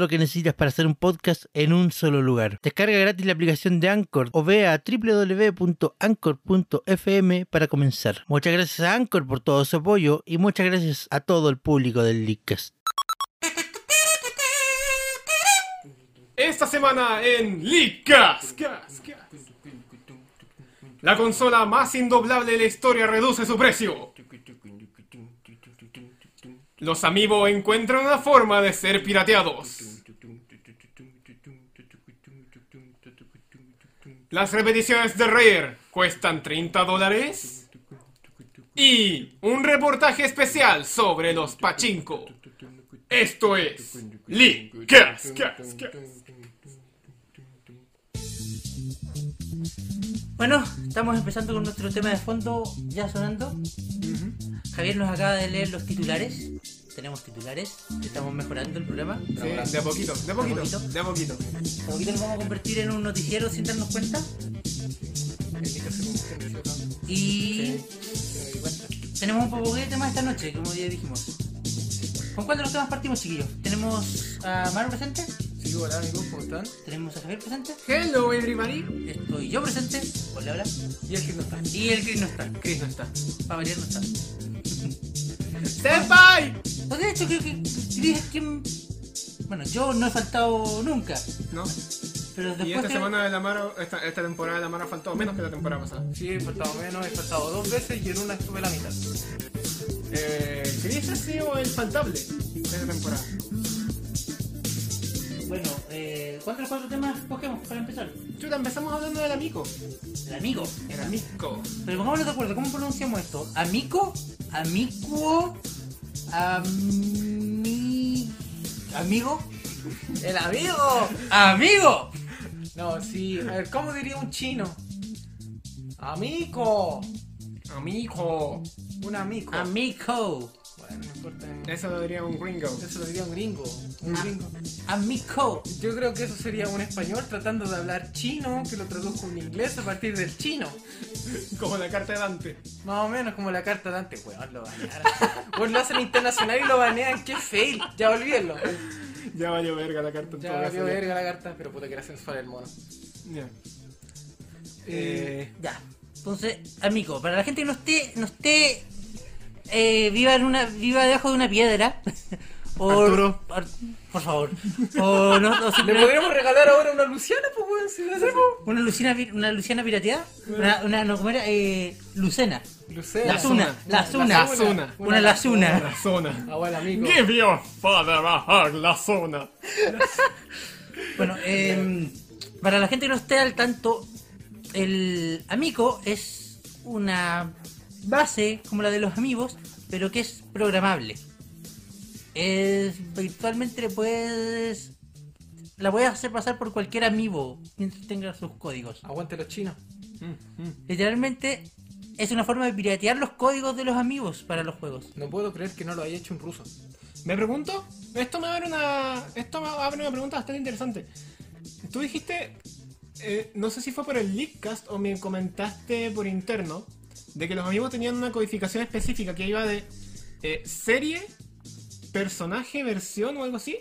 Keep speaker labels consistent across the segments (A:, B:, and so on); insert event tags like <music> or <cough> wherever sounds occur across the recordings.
A: lo que necesitas para hacer un podcast en un solo lugar. Descarga gratis la aplicación de Anchor o ve a www.anchor.fm para comenzar. Muchas gracias a Anchor por todo su apoyo y muchas gracias a todo el público del Leadcast.
B: Esta semana en Licas. La consola más indoblable de la historia reduce su precio. Los amigos encuentran una forma de ser pirateados. Las repeticiones de Rare cuestan 30 dólares. Y un reportaje especial sobre los pachinko. Esto es Licas.
A: Bueno, estamos empezando con nuestro tema de fondo ya sonando. Javier nos acaba de leer los titulares. Tenemos titulares, estamos mejorando el programa.
B: De a poquito, de a poquito, de a poquito.
A: ¿A poquito lo vamos a convertir en un noticiero sin darnos cuenta. Y tenemos un poco de temas esta noche, como ya dijimos. ¿Con cuál de los temas partimos, chiquillos? ¿Tenemos a Maru presente?
C: Sí, hola amigos, ¿cómo están?
A: ¿Tenemos a Javier presente?
B: Hello everybody.
A: Estoy yo presente. Hola, hola.
C: Y el que no está.
A: Y el Chris no está.
C: Chris no está.
A: Para variar no está.
B: Senpai.
A: No, de hecho, creo que Chris es quien... Bueno, yo no he faltado nunca.
B: No.
A: Pero después
B: Y esta
A: que-
B: semana de la Mara, esta, esta temporada de la Mara faltó menos que la temporada pasada.
C: Sí, he faltado menos, he faltado dos veces y en una estuve la mitad.
B: Eh, Chris ha sido el faltable de esta temporada.
A: Bueno, eh, ¿cuántos cuatro temas cogemos para empezar?
B: Chuta, empezamos hablando del amigo.
A: El amigo.
B: El amigo.
A: Pero pongámonos de acuerdo, ¿cómo pronunciamos esto? ¿Amico? ¿Amicuo? ¿Ami... ¿Amigo?
C: ¡El amigo!
A: ¡Amigo!
C: No, sí, a ver, ¿cómo diría un chino? ¡Amigo!
B: Amigo.
C: Un amigo.
A: Amico.
C: bueno, no importa.
B: Eso lo diría un <laughs> gringo.
C: Eso lo diría un gringo. Un
A: Ah.
C: gringo.
A: Amico.
C: Yo creo que eso sería un español tratando de hablar chino, que lo tradujo un inglés a partir del chino.
B: Como la carta de Dante.
C: Más o menos como la carta de antes, weón, lo banearon. <laughs> weón, lo hacen internacional y lo banean, qué fail. Ya olvídenlo.
B: Ya valió verga la carta en todo
C: Ya
B: caso,
C: valió verga la carta, pero puta que era sensual el mono.
B: Ya. Eh,
A: Ya. Entonces, amigo, para la gente que no esté, no esté eh, viva en una, viva debajo de una piedra. <laughs> O,
C: Arturo.
A: Ar- por favor. O no, o
C: <laughs> ¿Le
A: simplemente-
C: podríamos regalar ahora una Luciana, pues weón? Si lo hacemos.
A: Una Luciana, vi- una Luciana pirateada, una, una no, ¿cómo era? Eh, Lucena,
C: Lucena.
A: La Zuna, la Zuna.
B: La Zuna.
A: una Lazuna.
B: la zona.
C: Abuela, amigo.
B: Give your father a hug, la zona.
A: Bueno, eh, para la gente que no esté al tanto, el amigo es una base como la de los amigos, pero que es programable. Es virtualmente le puedes la puedes hacer pasar por cualquier amigo mientras tenga sus códigos.
C: Aguante los chinos.
A: Literalmente es una forma de piratear los códigos de los amigos para los juegos.
C: No puedo creer que no lo haya hecho un ruso.
B: Me pregunto, esto me abre una, esto me abre una pregunta bastante interesante. Tú dijiste, eh, no sé si fue por el leakcast o me comentaste por interno, de que los amigos tenían una codificación específica que iba de eh, serie, personaje, versión o algo así.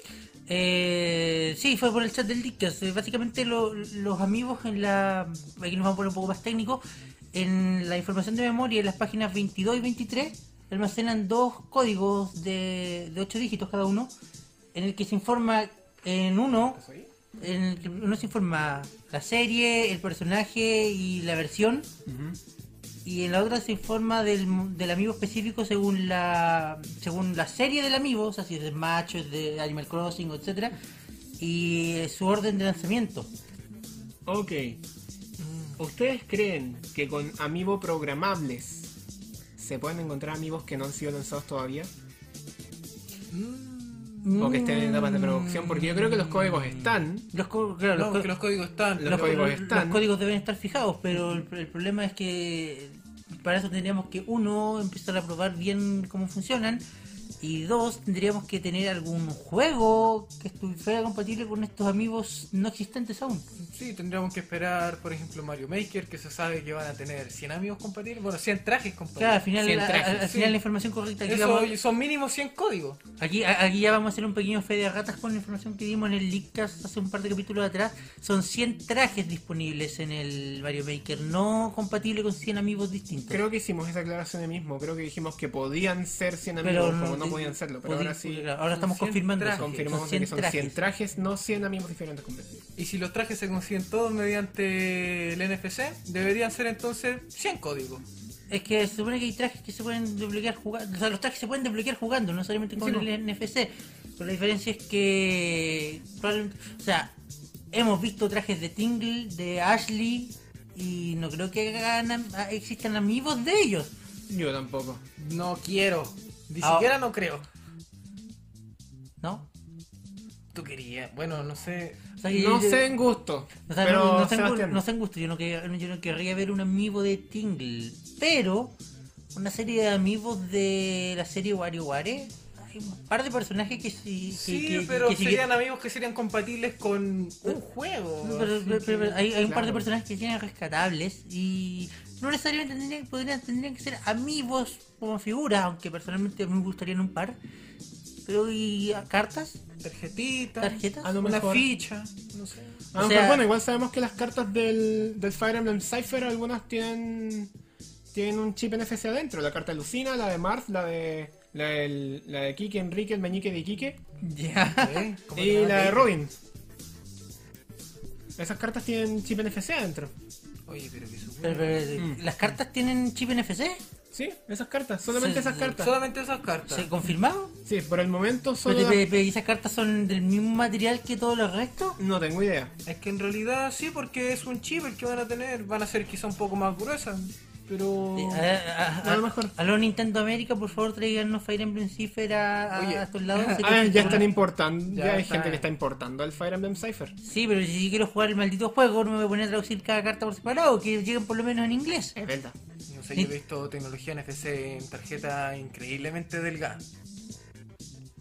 A: Eh, sí, fue por el chat del Dicas. Eh, Básicamente lo- los amigos en la... Aquí nos vamos a poner un poco más técnico. En la información de memoria, en las páginas 22 y 23, almacenan dos códigos de, de 8 dígitos cada uno, en el que se informa en uno, en el que uno se informa la serie, el personaje y la versión, y en la otra se informa del, del amigo específico según la según la serie del amigo, o sea, si es de macho, es de Animal Crossing, etcétera, y eh, su orden de lanzamiento.
B: Ok. ¿Ustedes creen que con amiibo programables se pueden encontrar amigos que no han sido lanzados todavía? O que estén en etapas de producción, porque yo creo que los códigos están.
A: Mm, Los, co- claro, los
C: No,
A: co-
C: porque los códigos están.
B: Los
C: pero-
B: códigos
A: los
B: están.
A: códigos deben estar fijados, pero el, el problema es que para eso tendríamos que, uno, empezar a probar bien cómo funcionan, y dos, tendríamos que tener algún juego que estu- fuera compatible con estos amigos no existentes aún.
C: Sí, tendríamos que esperar, por ejemplo, Mario Maker, que se sabe que van a tener 100 amigos compatibles, bueno, 100 trajes
A: Claro, al
C: compatibles.
A: final,
B: Cien
A: a- a-
B: trajes,
A: al
C: sí.
A: final la información correcta que
C: Eso
A: vamos-
C: son mínimo 100 códigos.
A: Aquí, a- aquí ya vamos a hacer un pequeño fe de ratas con la información que dimos en el Leakcast hace un par de capítulos atrás. Son 100 trajes disponibles en el Mario Maker, no compatible con 100 amigos distintos.
B: Creo que hicimos esa aclaración de mismo. Creo que dijimos que podían ser 100 amigos,
A: pero
B: como no podían serlo. Pero
A: podí-
B: ahora sí
A: claro, ahora estamos
C: Son 100
A: confirmando.
C: trajes.
B: confirmamos de que son 100 trajes, no 100 amigos diferentes completos.
C: Y si los trajes se consiguen todos mediante el NFC, deberían ser entonces 100 códigos.
A: Es que se supone que hay trajes que se pueden desbloquear jugando. O sea, los trajes se pueden desbloquear jugando, no solamente con
C: Sí, po.
A: el NFC. Pero la diferencia es que. probablemente- o sea, hemos visto trajes de Tingle, de Ashley. Y no creo que hagan am- a- existan amigos de ellos.
B: Yo tampoco.
C: No quiero. Ni
A: Ah.
C: siquiera no creo.
A: ¿No?
C: Tú querías. Bueno, no sé.
A: O sea, yo-
B: No
A: yo-
B: sé en gusto.
A: O sea,
B: pero
A: no, no, sé en gu-
B: Sebastián,
A: no sé en gusto. Yo no, quer- yo no querría ver un amigo de Tingle. Pero una serie de amigos de la serie WarioWare. Hay un par de personajes que sí. que-
C: Sí,
A: que-
C: pero
A: que si bien-
C: serían amigos que serían compatibles con un juego.
A: No, pero-
C: así
A: pero- pero-
C: que-
A: hay, hay un par de
B: claro.
A: personajes que tienen rescatables y no necesariamente tendrían, podrían, tendrían que ser amigos como figuras, aunque personalmente me gustarían un par. Pero y a- cartas, <laughs>
C: Tarjetitas. ah,
A: tarjetas.
B: A lo
C: Una
B: mejor.
C: ficha.
A: <laughs>
C: No sé.
B: Ah,
A: o
B: pero
A: sea-
B: bueno, igual sabemos que las cartas del, del Fire Emblem Cypher, algunas tienen tienen un chip NFC adentro. La carta de Lucina, la de Mars, la de la, del- la de Kike, Enrique, el meñique de Kike
A: Ya.
C: ¿Eh? ¿Cómo
B: y
C: te
B: la de
C: llamas?
B: Robin. Esas cartas tienen chip NFC adentro.
C: Oye, pero que
A: Pero, pero,
B: Mm.
A: ¿Las cartas tienen chip NFC?
B: Sí, esas cartas, solamente
A: Sí,
B: esas
A: sí,
B: cartas.
C: Solamente esas cartas.
A: ¿Se confirmado?
B: Sí, por el momento solo.
A: Pero,
B: las-
A: pero- pero, ¿y esas cartas son del mismo material que todos los restos?
B: No tengo idea.
C: Es que en realidad sí, porque es un chip el que van a tener. Van a ser quizá un poco más gruesas, pero...
A: Eh, A,
B: A lo mejor.
A: a los Nintendo América, por favor, tráiganos Fire Emblem Cipher a, a-
C: Oye.
A: a
B: <laughs>
A: estos lados.
B: Ah, ya están importando. Ya,
C: Ya
B: hay
C: está.
B: gente que está importando al Fire Emblem Cypher.
A: Sí, pero si quiero jugar el maldito juego, no me voy a poner a traducir cada carta por separado, que lleguen por lo menos en inglés.
B: Es verdad.
C: No sé, yo he visto tecnología NFC en tarjeta increíblemente delgada.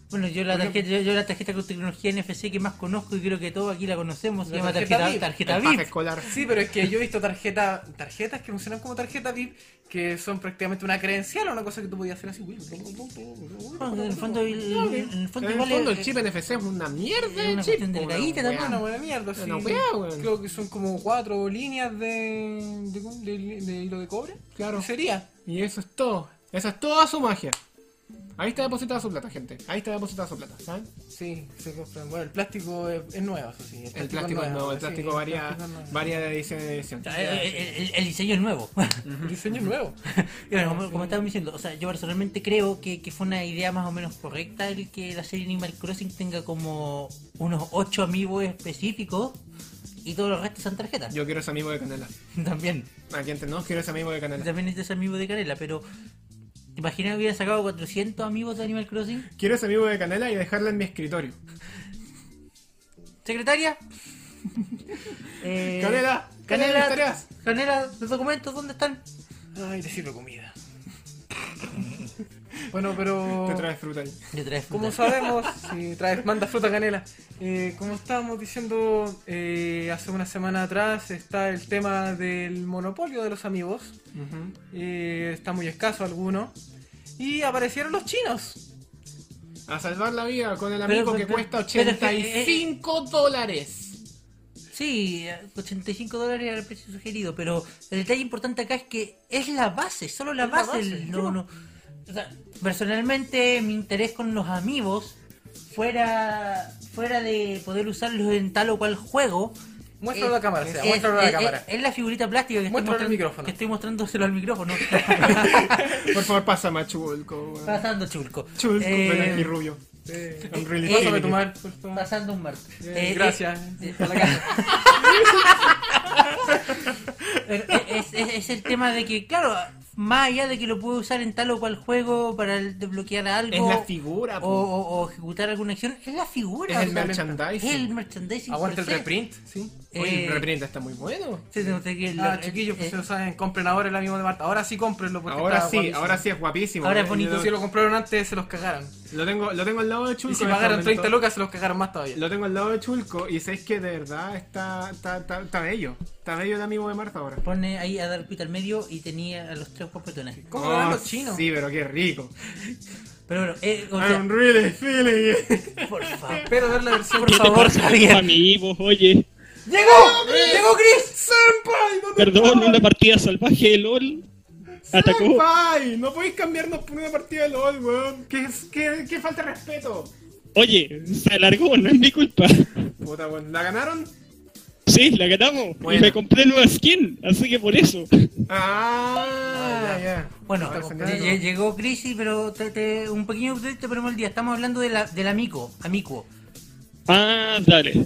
A: Bueno, yo la
C: Bueno.
A: tarjeta, yo, yo la tarjeta con tecnología NFC que más conozco y creo que todos aquí la conocemos se
C: La
A: llama
C: tarjeta
A: tarjeta,
C: VIP.
A: tarjeta
B: El pack
A: VIP.
B: escolar.
C: Sí, pero es que yo he visto tarjeta, tarjetas que funcionan como tarjeta VIP, que son prácticamente una credencial o una cosa que tú podías hacer así.
A: No, en el fondo, el, el- en el
B: En
A: fondo
B: el
A: igual
B: fondo
A: es-
B: el chip NFC es una mierda
A: es
B: de
A: una
B: chip.
A: cuestión
B: po,
A: delgadita
B: weón.
A: también,
C: Una buena mierda, sí.
B: Una weá, weón.
C: Creo que son como cuatro líneas de, de, de- de hilo de cobre.
B: Claro.
C: Sería.
B: Y eso es todo. Esa es toda su magia. Ahí está depositada su plata, gente. Ahí está depositada su plata, ¿saben?
C: Sí, se compran. Bueno, el plástico es, es nuevo, eso sí.
B: El plástico es nuevo, el
C: sí,
B: plástico
C: el
B: varía,
C: plástico es nuevo.
B: varía de edición en edición.
A: el, el- el diseño es nuevo. <laughs>
C: El diseño es nuevo.
A: Y bueno, como, como estábamos diciendo, o sea, yo personalmente creo que, que fue una idea más o menos correcta el que la serie Animal Crossing tenga como unos 8 amigos específicos y todos los restos son tarjetas.
B: Yo quiero ese amigo de Canela.
A: <laughs> También.
B: Aquí entre nos, quiero ese amigo de Canela.
A: También este es amigo de Canela, pero ¿te imaginas que hubiera sacado 400 amigos de Animal Crossing?
B: Quiero ese amigo de Canela y dejarla en mi escritorio.
A: ¿Secretaria? Eh,
B: Canela, Canela, mis
A: Canela,
B: tareas.
A: Canela, los documentos, ¿dónde están?
C: Ay, te
B: <laughs>
C: sirve comida. bueno, pero.
B: Te traes fruta ahí.
A: Yo traes <laughs>
C: Como sabemos, si traes, manda fruta canela. Eh, como estábamos diciendo eh, hace una semana atrás, está el tema del monopolio de los amigos. Eh, está muy escaso alguno. Y aparecieron los chinos.
B: A salvar la vida con el
A: Pero-
B: amigo que
A: pero-
B: cuesta
A: pero es que-
B: 85 dólares.
A: Sí, 85 dólares era el precio sugerido, pero el detalle importante acá es que es la base, solo la
C: Es la
A: base.
C: base,
A: el-
C: sí,
A: no,
C: po.
A: no. O sea, personalmente mi interés con los amigos fuera fuera de poder usarlos en tal o cual juego.
C: Muéstralo
A: eh,
C: a la cámara, sea,
A: es-
C: muéstralo a la
A: es-
C: cámara.
A: Es, es la figurita plástica que estoy,
C: Muéstralo al
A: mostrando-
C: micrófono.
A: que estoy mostrándoselo al
C: <laughs>
A: micrófono.
B: Por favor, pasa Machulco. weón.
A: Pasando chulco.
B: Chulco,
A: Eh,
B: pero aquí rubio. I'm really
A: eh,
B: feeling
C: Pásame
B: it.
C: tu mal, por favor.
A: pasando un martes.
C: <laughs> Eh, gracias.
A: eh,
C: Para la casa.
A: Es, es- es el tema de que, claro, más allá de que lo puedo usar en tal o cual juego para el- desbloquear algo
B: Es la figura,
A: o,
B: po.
A: o- o ejecutar alguna acción, es la figura.
B: Es el
A: o sea,
B: merchandising.
A: Es el merchandising.
C: Aguanta el
A: per se.
C: reprint, sí.
B: Oye,
A: eh,
B: el reprint está muy bueno.
A: Sí, no sé qué,
C: Ah,
A: lo-
C: chiquillos, pues
A: eh,
C: si lo saben, compren ahora el amigo de Marta. Ahora sí cómprenlo porque
B: Ahora
C: está
B: sí,
C: guapísimo.
B: ahora sí es guapísimo.
A: Ahora es
B: Yo-
A: bonito,
C: Si lo compraron antes, se los cagaron.
B: Lo tengo, lo tengo al lado de Chulco.
C: Y si
B: en este
C: pagaron
B: momento.
C: 30 lucas, se los cagaron más todavía.
B: Lo tengo al lado de Chulco y sé que de verdad está, está, está, está bello. Está bello el amigo de Marta ahora.
A: Pone ahí a dar al medio y tenía a los tres guapetones.
C: ¿Cómo
B: Oh,
C: lo dan los chinos?
B: Sí, pero qué rico.
A: Pero bueno, eh, o sea,
B: I'm really feeling it.
A: por favor.
C: Espero ver la versión, por
A: Por
C: favor.
A: favor, Javier.
D: Amigos, oye,
C: ¡Llegó! ¡Llegó Chris!
B: Oh, ¡Senpai! ¿dónde
D: perdón,
B: estás?
D: una partida salvaje de LOL. Atacó.
B: ¡Senpai! No podéis cambiarnos por una partida de LOL, weón. ¿Qué, es- qué, qué falta de respeto?
D: Oye, se alargó, no es mi culpa.
B: Puta, weón. ¿La ganaron?
D: Sí, la ganamos.
B: Bueno.
D: Y me compré nueva skin, así que por eso.
B: Ah, ya, ya.
A: Bueno,
B: Ahora se
A: lle-
B: encargó.
A: lle- llegó Crisis, pero te- te- un pequeño update te ponemos el día. Estamos hablando de la, del amigo, amigo.
D: Ah, dale.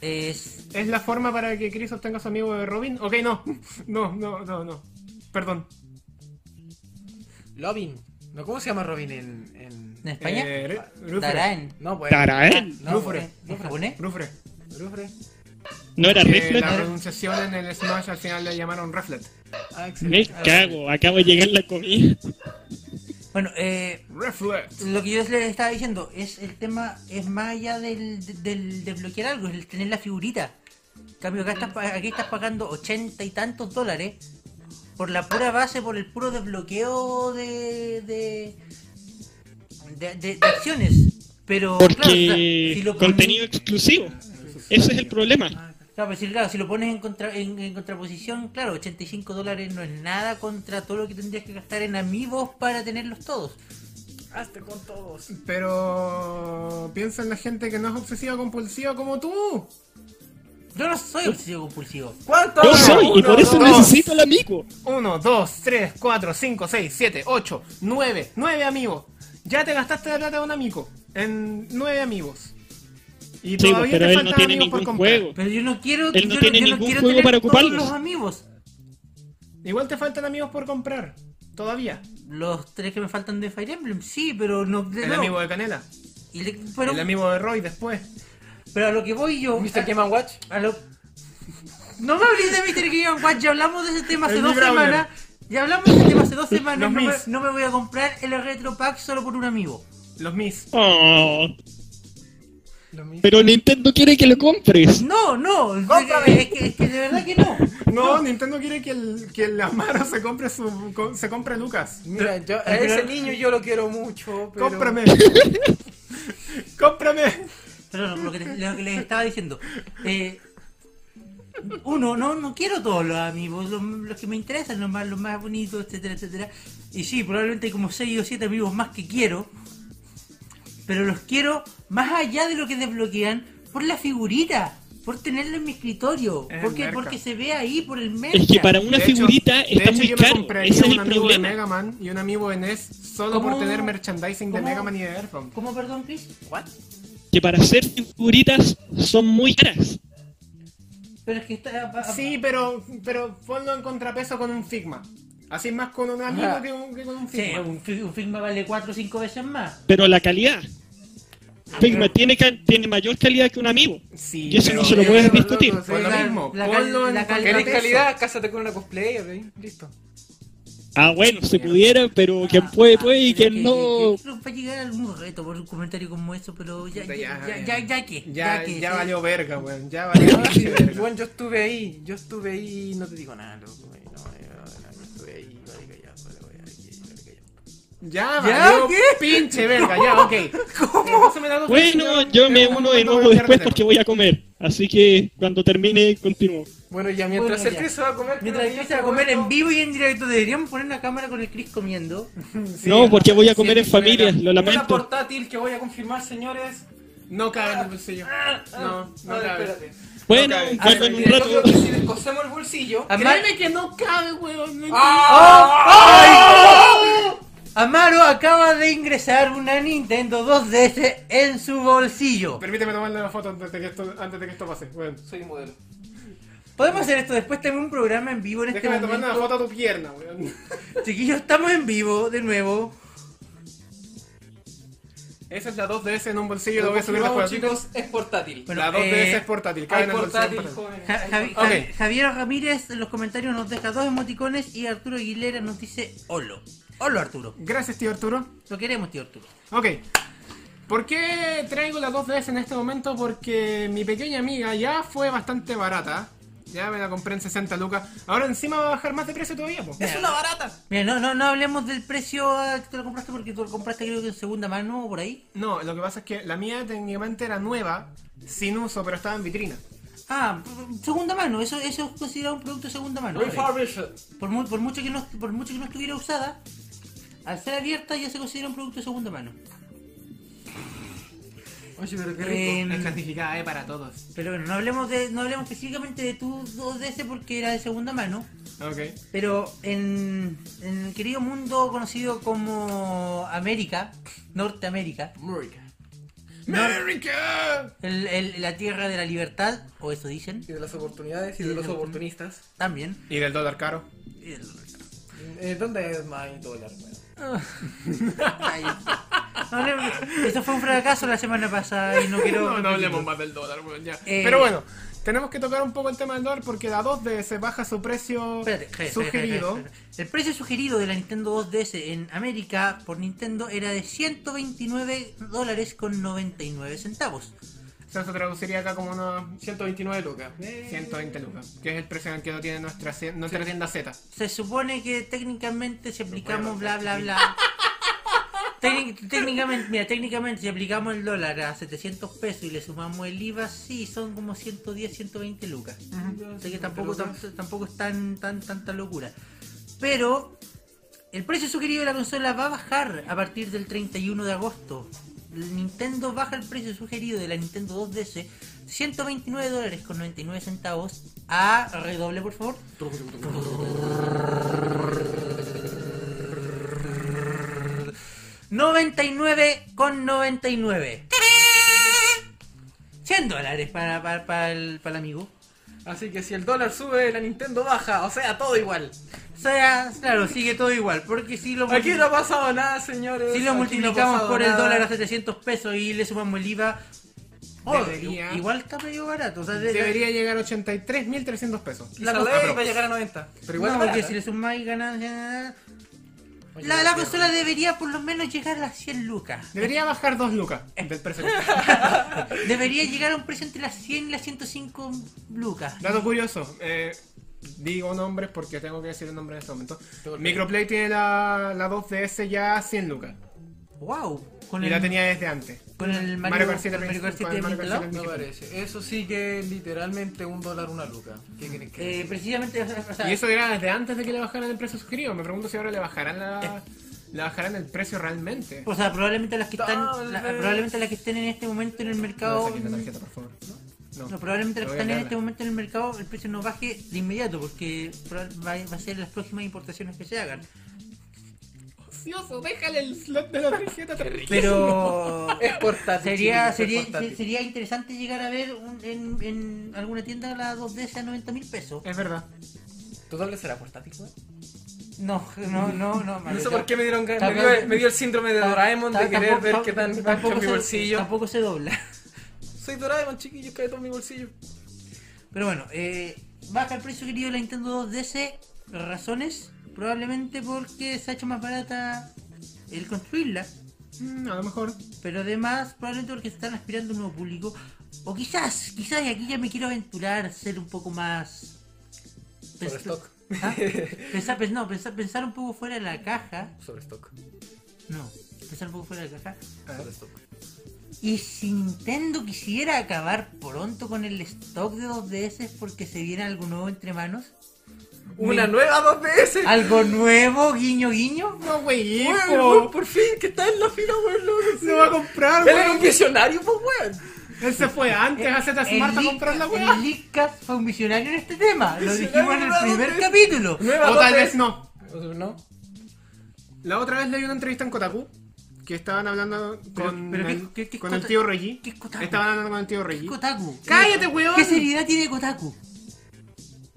A: Es,
B: ¿Es la forma para que Chris obtenga a su amigo de Robin? Ok, no. <laughs> No, no, no, no. Perdón.
C: Robin. No, ¿cómo se llama Robin en.
A: en
C: en...
A: España.
B: Eh, Ru- Rufre.
A: Daraen.
C: No, pues.
D: Tarael.
C: No,
B: Rufre.
C: pues,
A: ¿En japonés?
B: Rufre.
C: Rufre.
D: ¿No era
B: Eh,
D: Reflet?
B: la pronunciación en el Smash al final le llamaron Reflet.
C: Ah, excelente.
D: Me cago, acaba de llegar la comida.
A: Bueno, eh,
B: Reflet.
A: lo que yo les estaba diciendo es el tema, es más allá del, del, desbloquear algo, es el tener la figurita. En cambio, acá estás, pa- aquí estás pagando ochenta y tantos dólares por la pura base, por el puro desbloqueo de. de. de, de- de acciones. Pero. claro, o sea,
D: Porque
A: si lo poni-
D: contenido exclusivo. Ese es el problema.
A: Claro, pero si, claro, si lo pones en, contra, en, en contraposición, claro, 85 dólares no es nada contra todo lo que tendrías que gastar en amigos para tenerlos todos.
C: Hazte con todos.
B: Pero piensa en la gente que no es obsesiva compulsiva como tú.
A: Yo no soy obsesivo compulsivo.
C: ¿Cuánto? Ah,
D: Yo soy, y por eso
B: dos.
D: necesito al amigo.
B: 1, 2, 3, 4, 5, 6, 7, 8, 9, 9 amigos. Ya te gastaste la plata de un amigo en 9 amigos. Y
D: Sí, pues,
B: todavía
D: pero
B: te
D: él no
B: faltan
D: tiene
B: amigos por
D: ningún
B: comprar.
D: juego.
A: Pero yo no quiero,
D: Él no
A: yo
D: tiene
A: yo
D: ningún
A: quiero
D: juego
A: tener
D: para
A: todos
D: ocuparlos.
A: los amigos.
B: Igual te faltan amigos por comprar. Todavía.
A: Los tres que me faltan de Fire Emblem, sí, pero no. de
B: El
A: nuevo.
B: amigo de Canela.
A: Y le- pero,
B: El amigo de Roy después.
A: pero a lo que voy yo.
C: Mr.
A: a-
C: Game Watch.
A: a lo- No me hables de Mr. Game Watch, ya hablamos de ese tema hace
B: El
A: dos
B: Lee Browner.
A: semanas. Ya hablamos de ese tema hace dos
B: <laughs>
A: semanas.
B: Los
A: no, me,
B: Mis.
A: no me voy a comprar el Retro Pack solo por un amigo.
B: Los Mis.
D: Oh,
C: Lo mismo.
D: pero Nintendo quiere que lo compres.
A: No, no, es
C: Cómprame.
A: que, es que- es que de verdad que no.
B: No, Nintendo quiere que el, que el Amaro se compre su. co- se compre Lucas.
C: Mira, yo, a ese niño yo lo quiero mucho, pero...
D: <laughs>
B: ¡Cómprame! ¡Cómprame!
A: Pero no, lo que, les- lo que les estaba diciendo. eh, uno, no, no quiero todos los amigos, los, los que me interesan, los más, los más bonitos, etcétera, etcétera. Y sí, probablemente hay como 6 o 7 amigos más que quiero. Pero los quiero más allá de lo que desbloquean por la figurita. Por tenerlo en mi escritorio.
B: Es el
A: Porque,
B: merca.
A: porque se ve ahí, por el merca.
D: Es que para una
B: De hecho-
D: figurita
B: de
D: está
B: hecho,
D: muy
B: yo me
D: caro.
B: compraría
D: Ese es
B: un
D: el
B: amigo de
D: problema.
B: Mega Man y un amigo de NES solo
A: ¿Cómo?
B: por tener merchandising de
A: ¿Cómo?
B: Mega Man y de Earthbound.
A: ¿Cómo, perdón, Chris?
C: ¿What?
D: Que para hacer figuritas son muy caras.
A: Pero es que está...
B: Sí, pero, pero ponlo en contrapeso con un Figma. Así es más con un amigo
C: Ah.
B: que, un- que con un
A: Sí,
B: Figma.
A: un, fi- un Figma vale 4 o 5 veces más.
D: Pero la calidad. Figma tiene, ca- tiene mayor calidad que un amigo.
B: Sí,
D: Y eso
B: pero
D: no se lo puedes discutir.
C: loco, sí.
B: por lo
A: La-
B: mismo,
A: la cal-
B: ponlo en
A: la calidad-
C: ¿Querés
B: contrapeso.
C: calidad? Cásate con una cosplayer, ¿eh? Listo.
D: Ah, bueno, se pudiera,
B: Ah,
D: pero quien puede, puede y quien no.
A: Va a llegar algún reto por un comentario como eso, pero ya, ya,
B: Puta,
A: ya, ya,
B: ya,
A: ya que.
B: Ya,
A: que,
B: ya
A: sí.
B: valió verga, weón. Ya valió <laughs> pinche verga.
C: Ah, Bueno, yo estuve ahí, yo estuve ahí, no te digo nada, loco. güey, No, yo, no, yo estuve ahí, vale callado, vale, vale, vale, vale, callado.
B: Ya
A: ¿Ya?
B: valió
A: ¿Qué?
B: pinche verga, ya, ok. Eh, ¿Cómo?
D: Bueno, yo
B: Eh,
D: me uno de nuevo después porque voy a comer. Así que cuando termine, continúo.
C: Bueno, ya mientras
A: Bueno,
C: el
A: ya.
C: Chris se va a comer,
A: Mientras
C: creo que
A: Chris
C: ya
A: se va a comer en
C: muerto.
A: vivo y en directo, deberíamos poner una cámara con el Chris comiendo.
D: No, porque voy a comer en
B: sí,
D: familia, lo
C: Una
D: lamento.
C: portátil que voy a confirmar, señores.
B: No cabe en el bolsillo. No,
C: Ah,
B: no cabe.
C: espérate.
D: Bueno,
B: Ok,
D: bueno, en
C: Yo
D: un
C: creo que
D: rato.
C: si descosemos el bolsillo.
A: Amar-
B: que no cabe, weón. no
C: ah.
A: Amaro acaba de ingresar una Nintendo 2DS en su bolsillo.
B: Permíteme tomarle la foto antes de que esto, antes de que esto pase. Bueno,
C: Soy modelo.
A: Podemos hacer esto después. Tenemos un programa en vivo en este
B: Déjame tomarle una
A: momento.
B: foto a tu pierna, weón.
A: Chiquillos, estamos en vivo de nuevo.
B: Esa es la 2DS en un bolsillo, lo
C: Lo
B: voy a subir después.
C: confirmamos, chicos, es portátil.
A: Bueno,
B: la 2DS
A: eh,
B: es portátil, cabe
C: Hay
B: en el bolsillo.
C: portátil,
B: portátil.
C: jóvenes.
A: Ja-
C: hay
A: Javi-
C: portátil.
A: Javi- Javier Ramírez en los comentarios nos deja dos emoticones y Arturo Aguilera nos dice holo. Holo Arturo.
B: Gracias, tío Arturo.
A: Lo queremos, tío Arturo.
B: Ok. ¿Por qué traigo la 2DS en este momento? Porque mi pequeña amiga ya fue bastante barata. Ya me la compré en 60 lucas. Ahora encima va a bajar más de precio todavía, po.
C: Es una barata.
A: Mira, no, no, no hablemos del precio ah, que tú lo compraste porque tú lo compraste creo que en segunda mano o por ahí.
B: No, lo que pasa es que la mía técnicamente era nueva, sin uso, pero estaba en vitrina.
A: Ah, p- segunda mano, eso, eso es considerado un producto de segunda mano.
C: Refurbished.
A: Por, mu- por mucho que no, por mucho que no estuviera usada, al ser abierta ya se considera un producto de segunda mano.
C: Oye, pero qué
A: Eh,
C: rico.
B: Es clasificada, eh, para todos.
A: Pero bueno, no hablemos de, no hablemos específicamente de tu 2DS porque era de segunda mano.
B: Ok.
A: Pero en, en el querido mundo conocido como América, Norteamérica,
C: Murica.
B: ¡America!
A: el- el- la tierra de la libertad, o eso dicen,
C: Y de las oportunidades y
A: Y
C: de
A: de
C: los
A: la-
C: oportunistas.
B: <laughs>
A: también.
B: Y del dólar caro.
A: y el-
C: Eh, ¿Dónde es my dólar? weón?
A: Ay, no hablemos- eso fue un fracaso la semana pasada y no quiero...
B: No, no hablemos más del dólar, weón, ya.
A: Eh,
B: Pero bueno, tenemos que tocar un poco el tema del dólar porque la 2DS baja su precio
A: Espérate, espérate, espérate,
B: sugerido.
A: espérate, espérate. El precio sugerido de la Nintendo 2DS en América por Nintendo era de 129 dólares con 99 centavos.
B: O sea, se traduciría acá como unos
C: 129 lucas. Eh,
B: 120 lucas, que es el precio en el que lo tiene nuestra, ce- nuestra tienda Z.
A: Se supone que técnicamente si aplicamos bla bla bla. <laughs> Técnic- técnicamente, mira, técnicamente si aplicamos el dólar a 700 pesos y le sumamos el IVA, sí, son como 110, 120 lucas. Así que tampoco, tam- tampoco es tan, tan, tanta locura. Pero el precio sugerido de la consola va a bajar a partir del 31 de agosto. El Nintendo baja el precio sugerido de la Nintendo 2DS 129 dólares con 99 centavos a redoble por favor $99,99. con 100 dólares para, para, para el, para el amigo.
C: Así que si el dólar sube, la Nintendo baja. O sea, todo igual.
A: O sea, claro, sigue todo igual. Porque si lo,
C: Aquí no ha pasado nada, señores.
A: si
C: Aquí
A: lo
C: no ha
A: multiplicamos
C: pasado
A: por el
C: nada.
A: dólar a 700 pesos y le sumamos el IVA, oh,
B: Debería-
A: igual está medio barato. O sea, de-
B: Debería llegar a 83.300 pesos.
C: La
A: la
C: ley
A: cosa-
C: va a llegar a 90. Pero igual
A: no,
C: es
A: porque
C: barata.
A: si le sumáis ganancias.
C: Oye,
A: La, la
C: mierda.
A: consola debería por lo menos llegar a las 100 lucas.
B: Debería bajar 2 lucas del precio.
A: Debería llegar a un precio entre las 100 y las 105 lucas.
B: Dato curioso, eh, digo nombres porque tengo que decir el nombre en este momento.
C: Todo bien.
B: Microplay tiene la, la 2DS ya a 100 lucas.
A: ¡Wow! Con
B: Y
A: el,
B: la tenía desde antes.
A: con el
B: Mario
A: Mario,
B: Kart 7
A: con el Mario Kart
B: con
A: 7
B: el Mario Kart
A: vinculado.
B: 7
C: Me parece. Eso sí que es literalmente un dólar, una luca. ¿Qué quieren que
A: Eh, precisamente, o sea,
B: Y eso era desde antes de que le bajaran el precio suscrito. Me pregunto si ahora le bajarán la,
A: Eh.
B: le bajarán el precio realmente.
A: o sea, probablemente las que
C: Tal
A: están, la-
C: vez.
A: probablemente las que estén en este momento en el
B: No
A: mercado, mm,
B: saques la tarjeta, por favor. No,
A: no, probablemente las
B: Te voy
A: que
B: a
A: están en
B: cagarla.
A: este momento en el mercado, el precio no baje de inmediato porque proba- va, va a ser las próximas importaciones que se hagan.
B: Ocioso, déjale el slot de la tarjeta.
A: Pero
C: <laughs> Es portátil.
A: <laughs> sería,
C: chicos, es
A: sería,
C: portátil.
A: se- sería interesante llegar a ver un- en, en alguna tienda la 2DS a 90 mil pesos.
B: Es verdad.
C: ¿Tu dólar será portátil, weón?
A: No, no, no, no.
C: No
A: Mario,
C: sé por qué me dieron ganas. Me
A: Tampoco-
C: dio, me dio el síndrome de Doraemon de
A: Ta-
C: querer
A: tampoco-
C: ver
A: ta-
C: qué tan
A: tampoco
C: ancho es mi
A: se-
C: bolsillo.
A: Tampoco se dobla.
C: Soy Doraemon, chiquillos, cae todo en mi bolsillo.
A: Pues Pero bueno, eh, baja el precio querido de la Nintendo 2DS. Razones, probablemente porque se ha hecho más barata el construirla.
B: Mm, a lo mejor.
A: Pero además, probablemente porque se están aspirando a un nuevo público. O quizás, quizás, y aquí ya me quiero aventurar, ser un poco más.
C: Sobre stock.
A: ¿Ah? Pensar, pens- no, pensar, pensar un poco fuera de la caja.
C: Sobre stock.
A: No, pensar un poco fuera de la caja.
C: Sobre stock.
A: Y si Nintendo quisiera acabar pronto con el stock de 2DS porque se viene algo nuevo entre manos.
C: Una nueva 2DS.
A: ¿Algo nuevo, guiño, guiño?
B: No, güey,
C: Weón, weón,
B: hijo.
C: por fin, que está en la fila, weón. lo que
B: No
C: sea.
B: va a comprar,
C: Él era
B: güey.
C: un visionario, pues, weón.
B: Él se fue antes a Z Smart a
A: Leak-
B: comprar la
A: el
B: weá.
A: Leakcast fue un visionario en este tema. Lo
C: Visionario
A: dijimos en el
C: nuevo,
A: primer
C: ¿qué?
A: capítulo.
C: Nueva
B: O tal
C: 2DS.
B: vez no.
C: No.
B: La otra vez leí una entrevista en Kotaku que estaban hablando con,
A: pero
B: el,
A: ¿qué- qué- qué
B: con
A: Kota-
B: el tío Reggie.
A: qué Kotaku?
B: Estaban hablando con el tío Reggie.
A: Kotaku.
B: ¡Cállate, weón!
A: ¿Qué seriedad tiene Kotaku?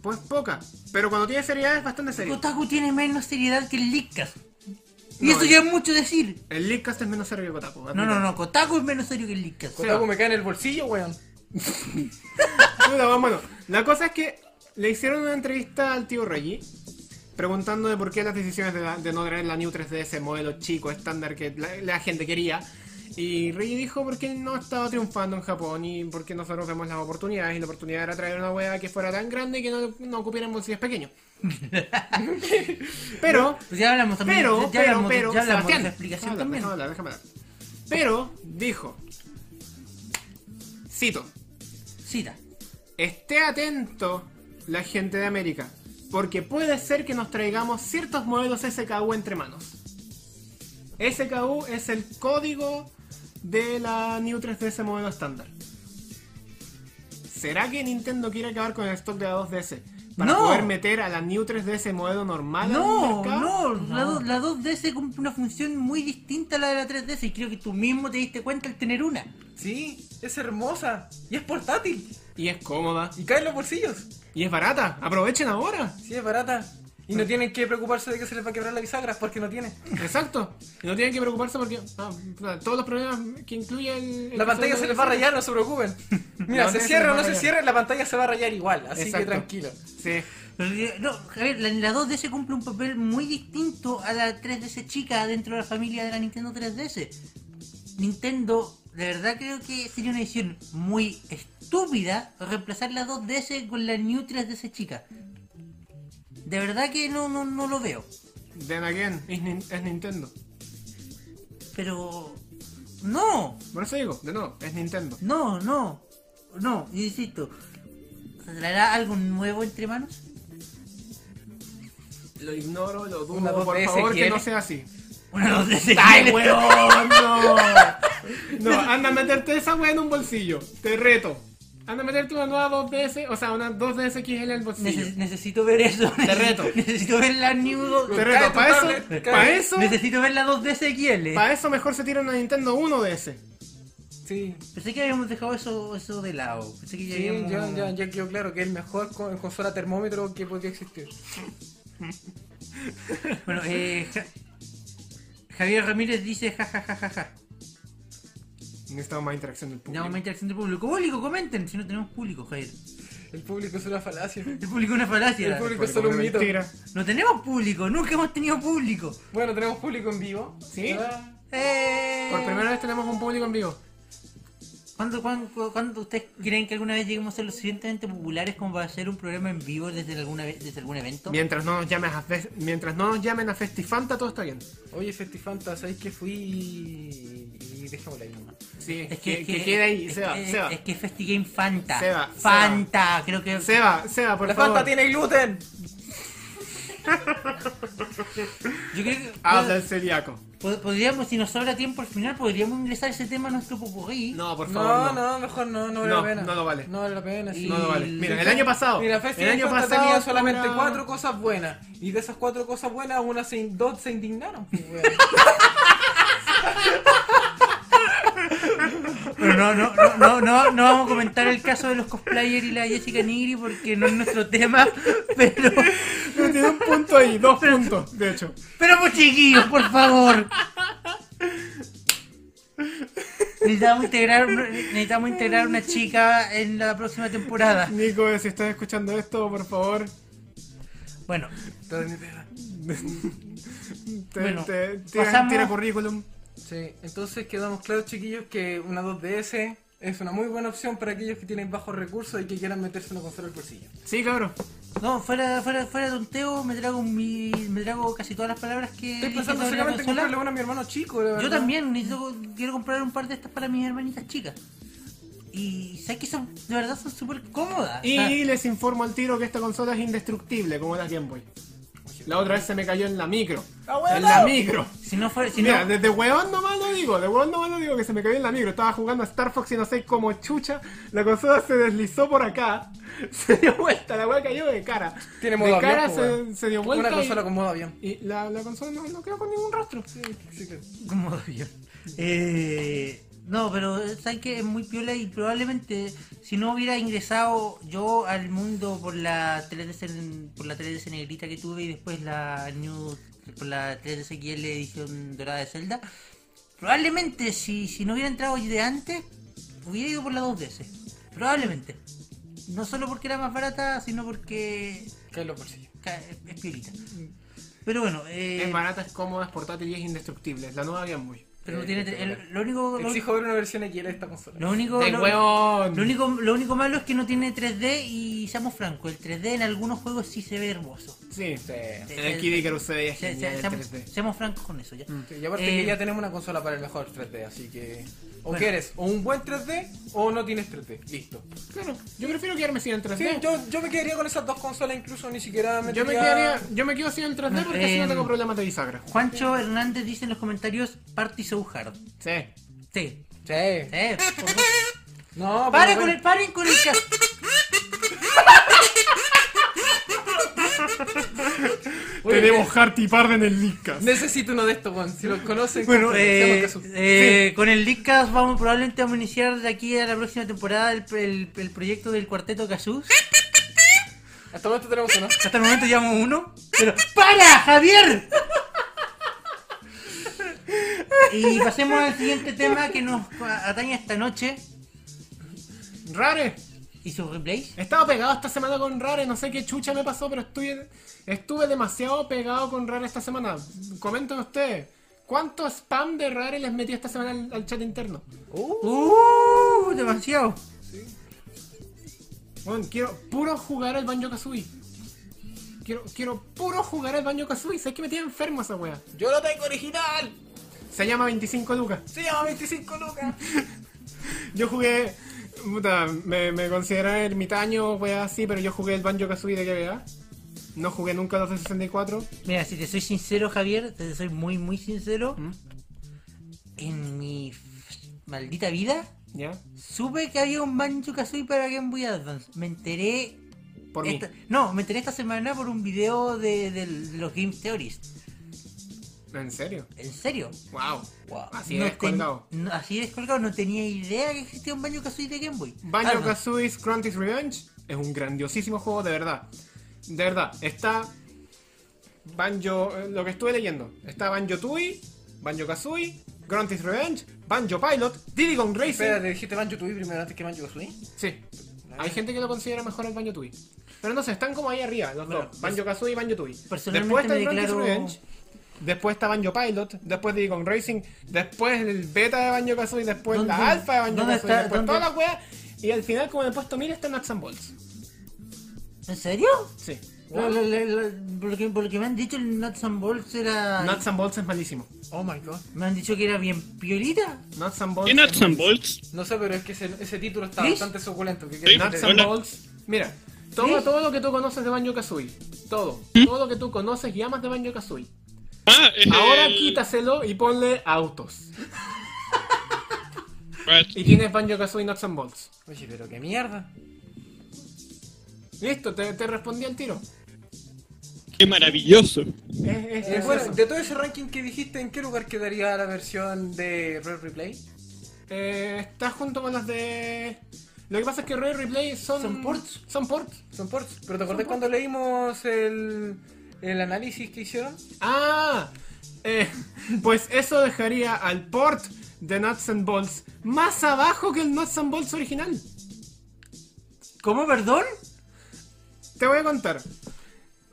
B: Pues poca. Pero cuando tiene seriedad es bastante serio.
A: Kotaku tiene menos seriedad que el Leakcast. Y
B: No, eh.
A: eso
B: el-
A: ya es mucho decir.
B: El Leadcast es menos serio que Kotaku.
A: No,
B: admito.
A: no, no, Kotaku es menos serio que el Leakcast.
C: Kotaku me cae en el bolsillo, weón.
B: Puta, weón, bueno, la cosa es que le hicieron una entrevista al tío Reggie preguntando de por qué las decisiones de, la- de no traer la New 3DS modelo chico estándar que la, la gente quería. Y Reggie dijo porque no estaba triunfando en Japón y porque nosotros vemos las oportunidades y la oportunidad era traer una hueá que fuera tan grande que no, no ocupiera en bolsillos
A: <laughs>
B: pequeños. Pero...
A: Pues ya hablamos también.
B: Pero,
A: ya
B: pero,
A: hablamos,
B: pero,
A: ya hablamos de
B: Sebastián, Ah,
A: la explicación
B: déjame
A: también.
B: hablar, déjame hablar, déjame hablar. Pero, dijo, cito,
A: Cita.
B: esté atento la gente de América, porque puede ser que nos traigamos ciertos modelos SKU entre manos. SKU es el código de la New 3DS modelo estándar. ¿Será que Nintendo quiere acabar con el stock de la 2DS? Para
A: No.
B: poder meter a la New 3DS modelo normal al
A: No,
B: mercado?
A: no, la, do- la 2DS cumple una función muy distinta a la de la 3DS y creo que tú mismo te diste cuenta al tener una.
C: Sí, es hermosa. Y es portátil.
B: Y es cómoda.
C: Y cae en los bolsillos.
B: Y es barata, aprovechen ahora.
C: Sí, es barata. Y no tienen que preocuparse de que se les va a quebrar la bisagra, porque no tiene.
B: Exacto. Y no tienen que preocuparse porque ah, puta, todos los problemas que incluye el, el
C: La pantalla
B: usuario
C: se
B: de
C: les va a
B: PC.
C: rayar, no se <laughs> preocupen.
B: La
C: Mira, se
B: pantalla se
C: cierra
B: les
C: o
B: va
C: no
B: a
C: se
B: rayar.
C: cierra, la pantalla se va a rayar igual, así que
B: Exacto.
C: tranquilo.
B: Sí.
A: No, Javier, la, la 2DS cumple un papel muy distinto a la 3DS chica dentro de la familia de la Nintendo 3DS. Nintendo, de verdad creo que sería una decisión muy estúpida reemplazar la 2DS con la New 3DS chica. De verdad que no, no, no lo veo.
B: Then again, es, nin- es Nintendo.
A: Pero... No,
B: Por eso digo, de nuevo, es Nintendo.
A: no, no. No, insisto. ¿Se traerá algo nuevo entre manos?
B: Lo ignoro, lo
C: Una
B: dudo. Por
C: 2DS
B: favor, que
C: quiere.
B: no sea <laughs> así.
A: Una 2DS
B: ¡Ay,
A: <laughs> chica.
B: weón! No. No, anda a meterte esa wea en un bolsillo. Te reto. Anda a meterte una nueva 2DS, o sea, una 2DS XL en el bolsillo.
A: Neces- necesito ver eso. Te
B: reto.
A: necesito ver la New
B: Te
A: 2
B: reto,
C: tu
B: para eso,
C: tablet, cae.
B: para eso,
A: Necesito ver la 2DS XL.
B: para eso mejor se tira una Nintendo 1DS.
C: Sí,
A: Pensé que habíamos dejado eso, eso de lado. Pensé que ya
C: sí
A: habíamos...
C: ya, ya, ya quedó claro que es el mejor co- consola termómetro que podría existir.
A: Bueno, eh, Ja- Javier Ramírez dice ja ja ja ja ja.
B: Necesitamos más interacción del público.
A: Tenemos más interacción del público. Público, comenten, si no tenemos público, Javier.
C: El público es una falacia.
A: El público es una falacia.
C: El público es solo un mito.
B: Mentira.
A: No tenemos público, nunca hemos tenido público.
C: Bueno, tenemos público en vivo.
B: Sí.
C: Ah,
A: Eh.
B: Por primera vez tenemos un público en vivo.
A: ¿Cuándo, cuándo, cuándo ustedes creen que alguna vez lleguemos a ser lo suficientemente populares como para hacer un programa en vivo desde alguna vez, desde algún evento?
B: Mientras no nos llames a Fes- mientras no nos llamen a Festifanta todo está bien.
C: Oye, Festifanta, ¿sabéis que fui y... y dejémosla ahí nomás?
B: Sí,
A: Es que, es
B: que quede ahí,
A: es
B: Seba,
A: que-
B: Seba.
A: Es que Festigame Fanta.
B: Seba, Seba.
A: Fanta, creo que.
B: Seba, Seba, por
C: ¡La
B: favor.
C: Fanta tiene gluten!
A: Yo creo que.
B: Habla el celíaco.
A: pod- podríamos, si nos sobra tiempo al final, podríamos ingresar ese tema a nuestro popurrí.
B: No, por
C: No,
B: favor. No,
C: no, mejor no, no vale
B: No,
C: la pena.
B: no lo vale.
C: No vale la pena, sí.
B: No lo vale. Mira, el
C: Y-
B: año pasado.
C: Mira,
B: el
C: Festival
B: año
C: Fanta
B: pasado
C: tenía solamente
B: una-
C: cuatro cosas buenas. Y de esas cuatro cosas buenas, una se, in- dos se indignaron. pues,
B: <laughs>
C: weón.
A: Pero no, no, no, no, no, no vamos a comentar el caso de los cosplayers y la Jessica Nigri porque no es nuestro tema. Pero,
B: Tiene un punto ahí, dos puntos, de hecho.
A: pero pues chiquillos, por favor. Necesitamos integrar, necesitamos integrar una chica en la próxima temporada.
B: Nico, si estás escuchando esto, por favor,
A: Bueno,
C: Todo de mi pega.
B: te,
A: Bueno,
B: te- tira,
A: pasamos-
B: tira currículum.
C: Sí, entonces quedamos claros, chiquillos, que una 2DS es una muy buena opción para aquellos que tienen bajos recursos y que quieran meterse una consola al bolsillo.
B: Sí, cabrón.
A: No, fuera, fuera, fuera de tonteo, me trago mi, me trago casi todas las palabras que.
C: Estoy
A: dije sobre
C: pensando
A: la
C: seriamente en
A: consola.
C: comprarle una a mi hermano chico, la
A: Yo
C: verdad.
A: también, necesito, quiero comprar un par de estas para mis hermanitas chicas. Y sabes que son, de verdad son súper
C: Ah.
A: cómodas.
B: Y
A: O sea,
B: les informo al tiro que esta consola es indestructible, como la Game Boy. La otra vez se me cayó en la micro.
C: ¡Ah, bueno!
B: En la micro.
A: si no fuera, si
B: Mira,
A: no,
B: desde huevón nomás lo digo, de huevón nomás lo digo que se me cayó en la micro. Estaba jugando a Star Fox y no sé cómo chucha. La consola se deslizó por acá, <laughs> se dio vuelta, la weá cayó de cara.
C: Tiene
B: de
C: modo avión,
B: cara
C: po,
B: se,
C: weón.
B: se dio vuelta.
C: Una consola
B: y,
C: con modo avión.
B: y
C: Eh,
B: la, la consola no, no quedó con ningún rastro.
C: Sí, sí, claro.
A: como avión. Eh, No, pero eh, saben que es muy piola y probablemente si no hubiera ingresado yo al mundo por la 3DS, por la 3DS negrita que tuve y después la New por la 3DS XL edición dorada de Zelda, probablemente si, si no hubiera entrado de antes, hubiera ido por la 2DS. Probablemente. No solo porque era más barata, sino porque
C: Cae en los bolsillos.
A: ca- es piolita. Pero bueno, eh,
B: Es barata, es cómoda, es portátil y es indestructible. Es la nueva Game Boy.
A: pero no
C: Eh,
A: tiene tre- el- lo único lo,
C: Exijo ver una versión aquí de esta consola.
A: lo único
B: ¡De
A: lo-
B: hueón!
A: Lo único, lo único malo es que no tiene 3D y seamos francos, el 3D en algunos juegos sí se ve hermoso.
B: Sí, En
A: se-
B: el Kid Icarus se veía
A: Se- se-
B: genial en
A: seamos,
B: 3D.
A: seamos francos con eso ya.
C: Sí, y aparte
A: Eh,
C: que ya tenemos una consola para el mejor 3D, así que... O
A: Bueno.
C: quieres o un buen 3D o no tienes 3D. Listo.
B: Claro, yo prefiero quedarme sin el 3D.
C: Sí,
B: yo,
C: yo, yo me quedaría con esas dos consolas, incluso ni siquiera me
B: me quedaría, yo me quedo sin el 3D porque si no
A: Eh,
B: tengo problemas de bisagra.
A: Juancho Hernández dice en los comentarios Party So Hard.
B: Sí.
A: Sí,
C: Sí.
A: sí. por <laughs> favor.
C: No, pues,
A: Paren
C: pero
A: con el, paren con el cas-
C: Oye,
B: Tenemos Harty Pard en el Nickas.
C: Necesito uno de estos, weón. Si los conocen,
A: Bueno,
C: compren, se llama
A: eh,
C: Kazoo.
A: eh, con el Leadcast vamos probablemente vamos a iniciar de aquí a la próxima temporada el, el- el proyecto del cuarteto Casus.
C: Sí. Hasta el momento tenemos uno.
A: Hasta el momento llevamos uno, pero ¡para, Javier! Y pasemos al siguiente tema que nos atañe esta noche
B: Rare,
A: y sus replays.
B: estaba pegado esta semana con Rare, no sé qué chucha me pasó, pero estuve, estuve demasiado pegado con Rare esta semana. Comenten ustedes, ¿cuánto spam de Rare les metí esta semana al, al chat interno?
A: ¡Uh! Demasiado.
B: Bueno, quiero puro jugar al Banjo Kazooie. Quiero, quiero puro jugar al Banjo Kazooie, sé que me tiene enfermo esa wea.
C: Yo lo tengo original.
B: Se llama 25 lucas.
C: Se llama 25 lucas.
B: Yo jugué. Puta, me, me consideraba ermitaño, wea así, pero yo jugué el Banjo Kazooie de GBA. No jugué nunca los de 64.
A: Mira, si te soy sincero, Javier, te soy muy, muy sincero.
B: ¿Mm?
A: En mi f- maldita vida,
B: ¿Ya?
A: supe que había un Banjo Kazooie para Game Boy Advance. Me enteré.
B: Por mí.
A: esta- No, me enteré esta semana por un video de, de los Game Theories.
B: ¿En serio?
A: ¿En serio?
B: Wow.
A: Wow.
B: Así
A: No
B: es, colgado.
A: ten- no, así es colgado, no tenía idea que existía un Banjo Kazooie de Game Boy. Ah,
B: Banjo
A: no.
B: Kazooie's Grunty's Revenge es un grandiosísimo juego, de verdad. De verdad, está. Banjo. eh, Lo que estuve leyendo. Está Banjo Tooie, Banjo Kazooie, Grunty's Revenge, Banjo Pilot, Diddy Kong Racing.
C: Espérate, dijiste Banjo Tui primero antes que Banjo Kazooie.
B: Sí. Hay gente que lo considera mejor el Banjo Tui. Pero no sé, están como ahí arriba, los
A: Bueno,
B: dos. Banjo Kazooie y Banjo Tui. Después
A: personalmente
B: está
A: me
B: el Grunty's
A: declaro-
B: Revenge. Después está Banjo Pilot, después Diddy Kong Racing, después el beta de Banjo Kazooie, después
A: ¿Dónde-
B: la alfa de Banjo
A: dónde
B: Kazooie,
A: está-
B: después
A: dónde-
B: toda la wea. Y al final, como en el puesto 1000, está Nuts and Bolts.
A: ¿En serio?
B: Sí.
A: Lo- lo- lo- lo- por, lo que, por lo que me han dicho, el Nuts and Bolts era.
B: Nuts and Bolts es malísimo.
C: Oh my god.
A: Me han dicho que era bien piolita.
B: Nuts and Bolts.
D: ¿Qué Nuts
B: es
D: and
B: malísimo.
D: Bolts?
C: No sé, pero es que ese, ese título está
A: ¿Sí?
C: bastante suculento. ¿Qué
D: Sí.
C: quieres
B: Nuts
C: que te
B: and
D: Hola.
B: Bolts. Mira, toma
A: ¿Sí?
B: todo lo que tú conoces de Banjo Kazooie. Todo. Todo lo que tú conoces y amas de Banjo Kazooie.
D: Ah, es
B: Ahora
D: ¿Mm? el-
B: quítaselo y ponle autos.
D: Rat.
B: Y tienes Banjo Kazooie Nuts and Bolts.
C: diga? Oye, pero qué mierda.
B: Listo, te, te respondí al tiro.
D: Qué maravilloso.
B: Es, es-
C: Eh,
B: es
C: bueno,
B: eso.
C: de todo ese ranking que dijiste, ¿en qué lugar quedaría la versión de Red Replay?
B: Eh, está junto con las de. Lo que pasa es que Red Replay son.
A: Son ports.
B: Son ports.
C: Son ports. Pero te acordás cuando leímos el, el análisis que hicieron?
B: Ah, eh, pues eso dejaría al port de Nuts and Bolts más abajo que el Nuts and Bolts original.
A: ¿Cómo, perdón?
B: Te voy a contar.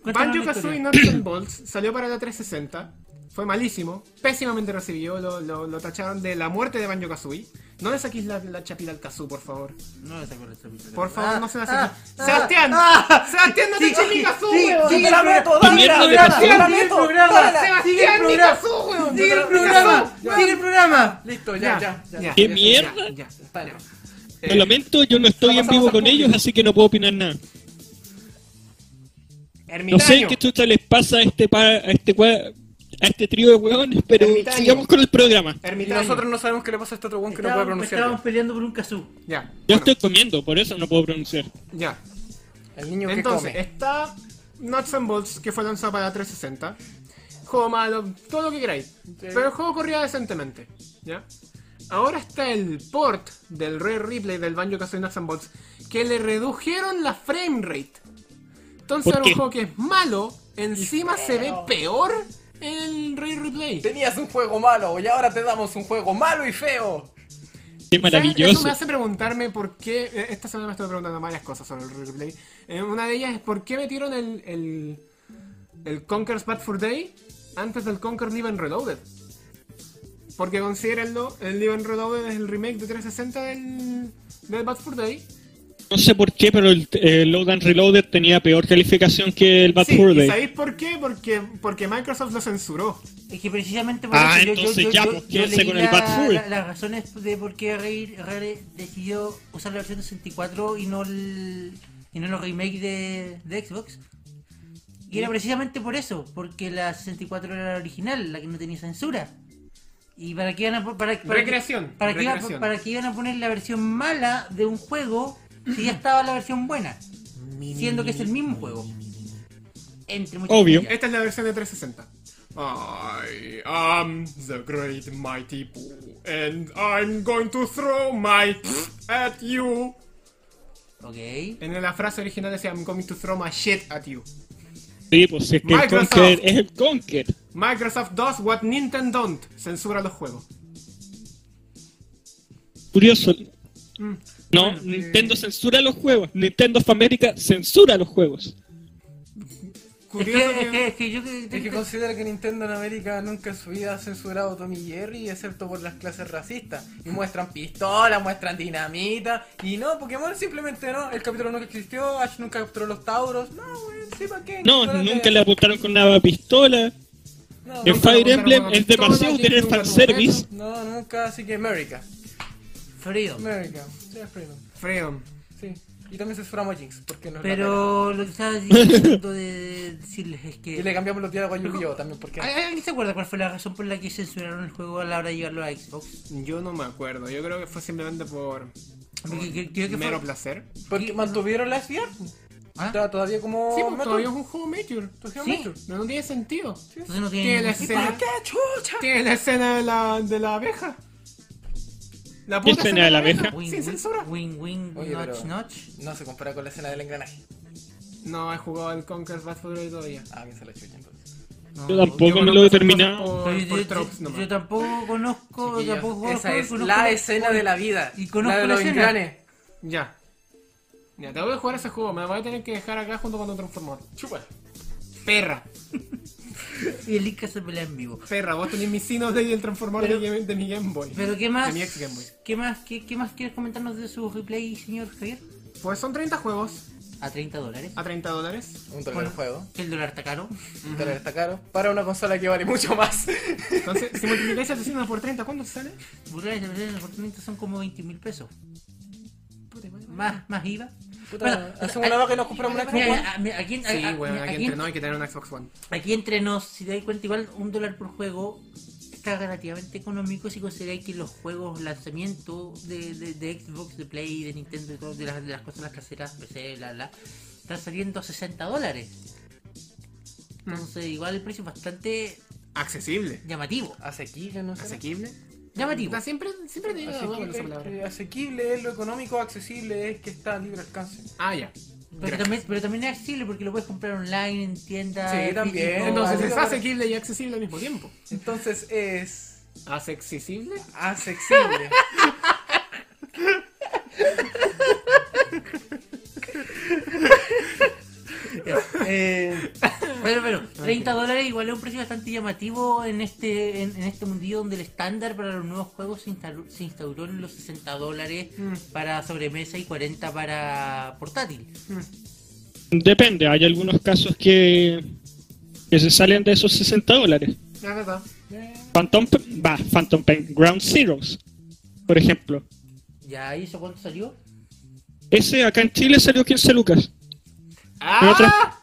A: Cuéntanos
B: Banjo
A: la
B: Kazooie
A: historia.
B: Nuts
A: <clears throat>
B: and Bolts salió para la 360. Fue malísimo, pésimamente recibido. Lo, lo- lo tacharon de la muerte de Banjo Kazooie. No le saquís la, la chapita al Kazoo, por favor.
A: No me saco la chapita.
B: Por favor,
A: Ah,
B: no se la
A: ah,
B: saquís. ¡Sebastián! ¡Sebastián, no te eches mi Kazoo, weón!
A: sigue el programa,
D: dale la mierda que
A: sigue
B: pasó.
A: el
B: ¡Sebastián,
A: programa, sigue el
B: mi
A: programa,
B: Kazoo, weón!
A: sigue el
B: Mi
A: programa,
B: Kazoo.
A: sigue el programa.
C: Listo, ya, ya, ya.
D: ¿Qué
B: ya,
D: mierda?
B: ya, ya.
C: Está, ya.
D: Lo lamento, yo no estoy
C: lo
D: en
C: pasamos
D: vivo
C: al
D: con
C: público.
D: ellos, así que no puedo opinar nada. No
B: Ermitaño.
D: sé qué chucha les pasa a este pa- a este cua- a este trío de hueones, pero
B: Ermitaño.
D: sigamos con el programa.
C: Y
B: Ermitaño.
C: nosotros no sabemos qué le pasa a este otro weón que no puede
A: Estábamos, estábamos
C: pronunciar.
A: peleando por un Kazoo.
B: Ya.
D: Yo
B: bueno,
D: estoy comiendo, por eso no puedo pronunciar.
B: Ya.
C: El niño que
B: Entonces,
C: come.
B: está Nuts and Bolts, que fue lanzado para 360. Juego malo, todo lo que queráis. Pero el juego corría decentemente. ¿Ya? ahora está el port del Rare Replay del Banjo Kazooie Nuts and Bolts que le redujeron la frame rate. Entonces,
D: ¿Por
B: a un
D: qué?
B: juego que es malo, encima se ve peor el Rare Replay.
C: Tenías un juego malo y ahora te damos un juego malo y feo.
D: Qué
B: ¿Sabes? Eso
D: maravilloso.
B: me hace preguntarme por qué. eh, Esta semana me estoy preguntando varias cosas sobre el replay. Eh, una de ellas es por qué metieron el. el. el Conker's Bad for Day antes del Conker Live and Reloaded. Porque considérenlo, el Live and Reloaded es el remake de 360 del. del Bad for Day.
D: No sé por qué, pero el, el Load and Reloaded tenía peor calificación que el Bad
B: sí,
D: Fur
B: ¿y
D: Day.
B: ¿Sabéis por qué? Porque, porque Microsoft lo censuró.
A: Es que precisamente por
D: Ah,
A: eso yo-
D: entonces
A: yo, yo,
D: ya,
A: yo-
D: pues,
A: yo
D: quédense
A: leí
D: con el
A: la-
D: Bad Food.
A: la- las razones de por qué Rare, Rare decidió usar la versión de 64 y no el, y no los remakes de, de Xbox. Y era precisamente por eso, porque la 64 era la original, la que no tenía censura. ¿Y para qué iban a, po- para, para-
B: Recreación,
A: para qué iba-
B: recreación.
A: para qué iban a poner la versión mala de un juego si ya estaba la versión buena? Siendo que es el mismo juego. Entre muchas
D: Obvio.
A: comillas.
B: Esta es la versión de 360. I am the great mighty Pooh, and I'm going to throw my at you.
A: Ok.
B: En la frase original decía I'm going to throw my shit at you.
D: Sí, pues es que el
B: Microsoft.
D: Conquer es el Conquer.
B: Microsoft does what Nintendo don't. Censura los juegos.
D: Curioso.
C: Mm.
D: No,
C: eh.
D: Nintendo censura los juegos. Nintendo of America censura los juegos.
A: Es
B: Curioso
A: <laughs> que, es que,
B: que...
A: es que yo
C: Es que considera que Nintendo en América nunca en su vida ha censurado a Tommy Jerry, excepto por las clases racistas. Y muestran pistola, muestran dinamita. Y no, Pokémon simplemente no. El capítulo nunca existió, Ash nunca capturó los Tauros. No, güey, sí, ¿para qué?
D: No,
C: Capturate-
D: nunca le apuntaron con una pistola.
C: No,
D: En
C: nunca-
D: Fire Emblem es de
B: pistola,
D: paseo tener
B: nunca
D: fanservice.
C: No, nunca, así que América.
A: frío.
C: América, sí, es freedom.
B: Freedom.
C: Sí. Y también censuramos a Jinx, porque no es la pega.
A: Pero lo que estaba diciendo de decirles es
C: <laughs> Y le
A: que.
C: cambiamos los diálogos a Yu-Gi-Oh! también, porque.
A: ¿Al- ¿Alguien se acuerda cuál fue la razón por la que censuraron el juego a la hora de llevarlo a Xbox?
B: Yo no me acuerdo. Yo creo que fue simplemente por...
A: Porque creo- creo que fue-
B: mero placer.
C: Porque mantuvieron la SDR.
A: ¿Ah?
C: Está todavía como.
B: Sí, pues,
C: Metal.
B: todavía es un juego Major.
C: Todavía
A: Sí.
C: Metal.
B: No, no tiene sentido.
A: Entonces
B: Tiene
A: no tiene
B: la
A: ningún-
B: escena...
C: ¡Qué chucha!
B: Tiene la escena de la, de la abeja. La
D: ¿Qué escena de la abeja?
A: Wing,
B: Sin
A: wing,
B: censura.
A: Wing, wing,
C: Oye,
A: notch,
C: pero-
A: notch.
C: No se compara con la escena del engranaje.
B: No, he jugado el Conker's Bad Fur Day todavía.
C: Ah, bien se la chucha entonces.
A: No,
D: Yo tampoco me
B: conozco
D: lo he
B: esas
D: terminado.
B: cosas
A: Yo,
B: Por,
A: yo-
B: por
A: yo-
B: tropes
A: yo
B: nomás.
A: tampoco conozco.
C: Chiquillos,
A: Tampoco juego
C: esa
A: al juego, pues, oh,
C: es
A: conozco
C: la escena de la vida.
A: y conozco
C: la de
A: la
C: los
A: escena.
C: engranes.
B: Ya. Ya, te voy a jugar ese juego. Me voy a tener que dejar acá junto con un transformador.
C: Chupa.
B: Perra.
A: Y el Inca se pelea en vivo.
B: Perra, vos tenés mis sinos de el transformador
A: Pero-
B: de, Game- de mi Game Boy.
A: Pero ¿qué más?
B: De mi ex Game Boy.
A: ¿Qué más? ¿Qué, qué más quieres comentarnos de su replay, señor Javier?
B: Pues son 30 juegos
A: A 30 dólares.
B: a 30 dólares.
C: Un dólar
A: Bueno,
C: el juego.
A: El dólar está caro.
C: Un dólar está caro. Para una consola que vale mucho
A: <laughs>
C: más.
B: Entonces, si multiplicáis 700 por 30, ¿cuánto sale?
A: Burlares de los departamentos son como 20 mil pesos.
B: Puta, madre.
A: Más, más IVA.
C: Puta, hacemos una vaca y nos compramos una
A: mira,
C: Xbox
A: mira, mira, aquí, en-
B: Sí,
A: a- a-
B: weón,
A: mira,
B: aquí
A: aquí en-
B: entre no hay que tener un Xbox One.
A: aquí entre nos, si te das cuenta, igual un dólar por juego está relativamente económico si consideráis que los juegos lanzamiento de, de- de Xbox, de Play, de Nintendo, de, todo, de las, de las consolas caseras, PC, bla, bla, están saliendo a 60 dólares. Entonces, igual el precio es bastante
B: Accesible.
A: llamativo.
C: Asequible, no sé.
B: Asequible.
A: Llamativo.
B: Puta, siempre, siempre te digo weón, esa palabra.
C: Asequible, eh, asequible es lo económico, accesible es que está a libre alcance.
A: <laughs>
B: Ah, ya.
A: Pero
B: Gracias.
A: también, pero también es accesible porque lo puedes comprar online, en tiendas.
C: Sí, también.
A: físico.
B: Entonces
C: Vale,
B: es
C: vale.
B: asequible y accesible al mismo tiempo.
C: Entonces es
B: ¿Asexible?
A: <laughs>
C: asequible. <laughs>
A: Eh, pero, pero, 30 dólares igual es un precio bastante llamativo en este en, en este mundillo donde el estándar para los nuevos juegos se instauró, se instauró en los 60 dólares
C: Mm.
A: para sobremesa y 40 para portátil.
D: Depende, hay algunos casos que, que se salen de esos 60 dólares.
B: La verdad.
D: Phantom, P- va, Phantom Pain, Ground Zeroes, por ejemplo.
A: ¿Ya hizo cuánto salió?
D: Ese acá en Chile salió 15 lucas.
B: ¡Ah!
D: otra-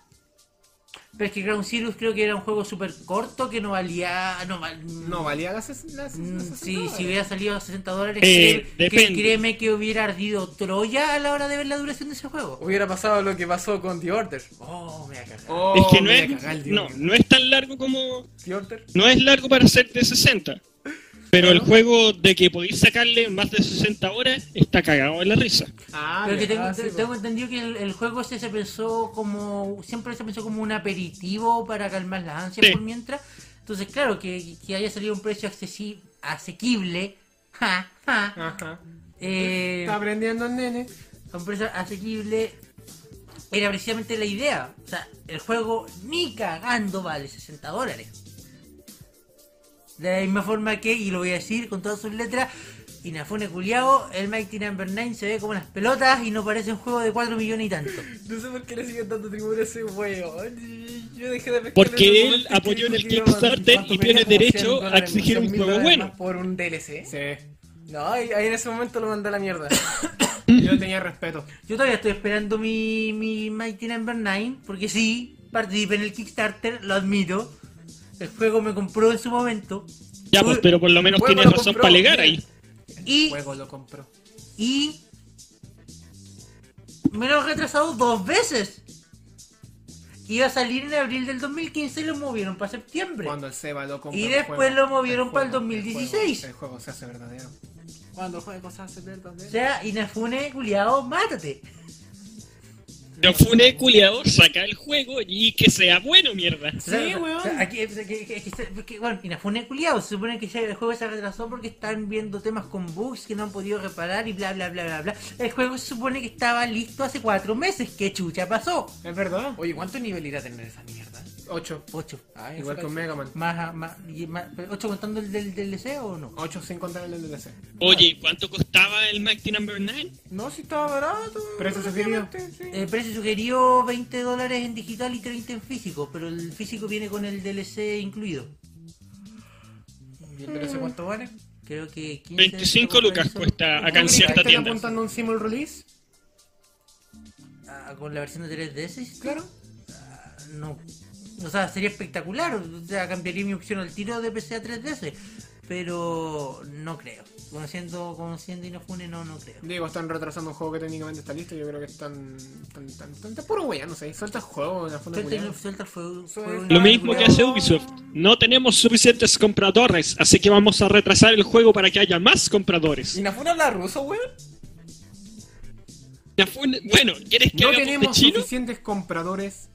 A: Pero es que Ground Zero creo que era un juego súper corto que no valía... No, val-
B: No, valía las... ses- las,
A: Mm,
B: las
A: Sí,
B: 60
A: si hubiera salido a 60 dólares,
D: Eh,
A: cre- que-
D: depende.
A: créeme que hubiera ardido Troya a la hora de ver la duración de ese juego.
C: Hubiera pasado lo que pasó con The Order. Oh, me voy a cagar.
B: Oh,
D: es que no
B: me
D: es,
B: voy a cagar, Dios
D: no,
B: mío.
D: no es tan largo como...
C: The Order.
D: No es largo para ser de 60. Pero el juego de que podéis sacarle más de 60 horas está cagado de la risa.
B: Ah,
A: Pero que tengo,
B: ¿verdad? Sí,
A: tengo entendido que el, el juego ese se pensó como. Siempre se pensó como un aperitivo para calmar las ansias
D: Sí.
A: por mientras. Entonces, claro, que, que haya salido un precio accesi- asequible. Ja, ja.
B: Ajá.
A: eh,
B: Está aprendiendo el nene.
A: a un precio asequible era precisamente la idea. O sea, el juego ni cagando vale 60 dólares. De la misma forma que, y lo voy a decir con todas sus letras, Inafune Culiao, el Mighty Number 9 se ve como las pelotas y no parece un juego de 4 millones y tanto.
C: No sé por qué le siguen dando tribuna a ese weón. Yo dejé de pescar
D: Porque
C: en
D: él
C: el momento que
D: apoyó en
C: dijo
D: el
C: que iba a mandar
D: Kickstarter
C: más o
D: y
C: menos
D: tiene
C: como 100
D: derecho a
C: dólares,
D: exigir un
C: 100.000
D: juego
C: dólares
D: bueno.
C: más Por un DLC.
B: Sí.
C: No, ahí, ahí en ese momento lo mandé a la mierda.
A: Mm.
B: Yo le tenía respeto.
A: Yo todavía estoy esperando mi, mi Mighty Number 9, porque sí, participé en el Kickstarter, lo admito. El juego me compró en su momento.
D: Ya, pues, pero por lo menos
C: Bueno,
D: tienes
C: lo
D: razón
C: compró,
D: para alegar
C: bien.
D: ahí.
A: Y-
B: El juego lo compró.
A: Y. Me lo han retrasado dos veces. Que iba a salir en abril del 2015 y lo movieron para septiembre.
B: Cuando el Seba lo compró.
A: Y
B: el
A: después
B: juego.
A: lo movieron
B: El
A: para el
B: juego,
A: 2016.
B: El juego, el juego se hace verdadero.
C: Cuando el juego se hace ver
A: O
C: también.
A: sea, Inafune, culiao, mátate.
D: Pero fue un culiado, saca el juego y que sea bueno, mierda.
A: O sea,
B: Sí,
A: o sea,
B: weón.
A: o sea, Aquí, es que- que- que- que- que, bueno, Inafune, culiao. Se supone que ya el juego se retrasó porque están viendo temas con bugs que no han podido reparar y bla, bla, bla, bla, bla. El juego se supone que estaba listo hace cuatro meses. ¿Qué chucha pasó?
B: Es verdad.
C: Oye, ¿cuánto nivel irá a tener esa mierda? Ah,
B: 8.
A: Ocho.
C: Ay,
B: Igual que
C: esa
B: un Mega Man.
A: Más, más, y más- ¿Ocho contando el del DLC o no?
B: 8 sin contar el DLC.
D: Oye, ¿cuánto costaba el Mighty Number 9?
C: No, si estaba barato.
B: Precio sugerido.
C: relativamente, sí.
A: El precio sugerido 20 dólares en digital y 30 en físico, pero el físico viene con el DLC incluido.
C: ¿Y el DLC cuánto vale?
A: Creo que 15
D: 25 lucas
A: son-
D: cuesta acá
B: ¿Tú
D: en
B: crees que
D: cierta
B: están
D: tienda.
B: apuntando a un simul release?
A: Ah, con la versión de 3DS.
B: Claro.
A: Ah, No. O sea, sería espectacular. O sea, cambiaría mi opción al tiro de PC a 3DS. Pero no creo. Conociendo, conociendo Inofune, no, no creo.
B: Digo, están retrasando un juego que técnicamente está listo. Yo creo que están. Están, están, están, están puro wea, no sé. Suelta el juego en la funda
A: Suelta,
B: culiao.
A: suelta el fuego.
C: Suelta
A: fuego
D: Lo mismo
A: inaugural.
D: que hace Ubisoft. No tenemos suficientes compradores, así que vamos a retrasar el juego para que haya más compradores.
C: ¿Inafuna habla ruso, weón?
D: Inafune- Bueno, ¿quieres que
B: No
D: hagamos de
B: tenemos
D: chino?
B: suficientes compradores.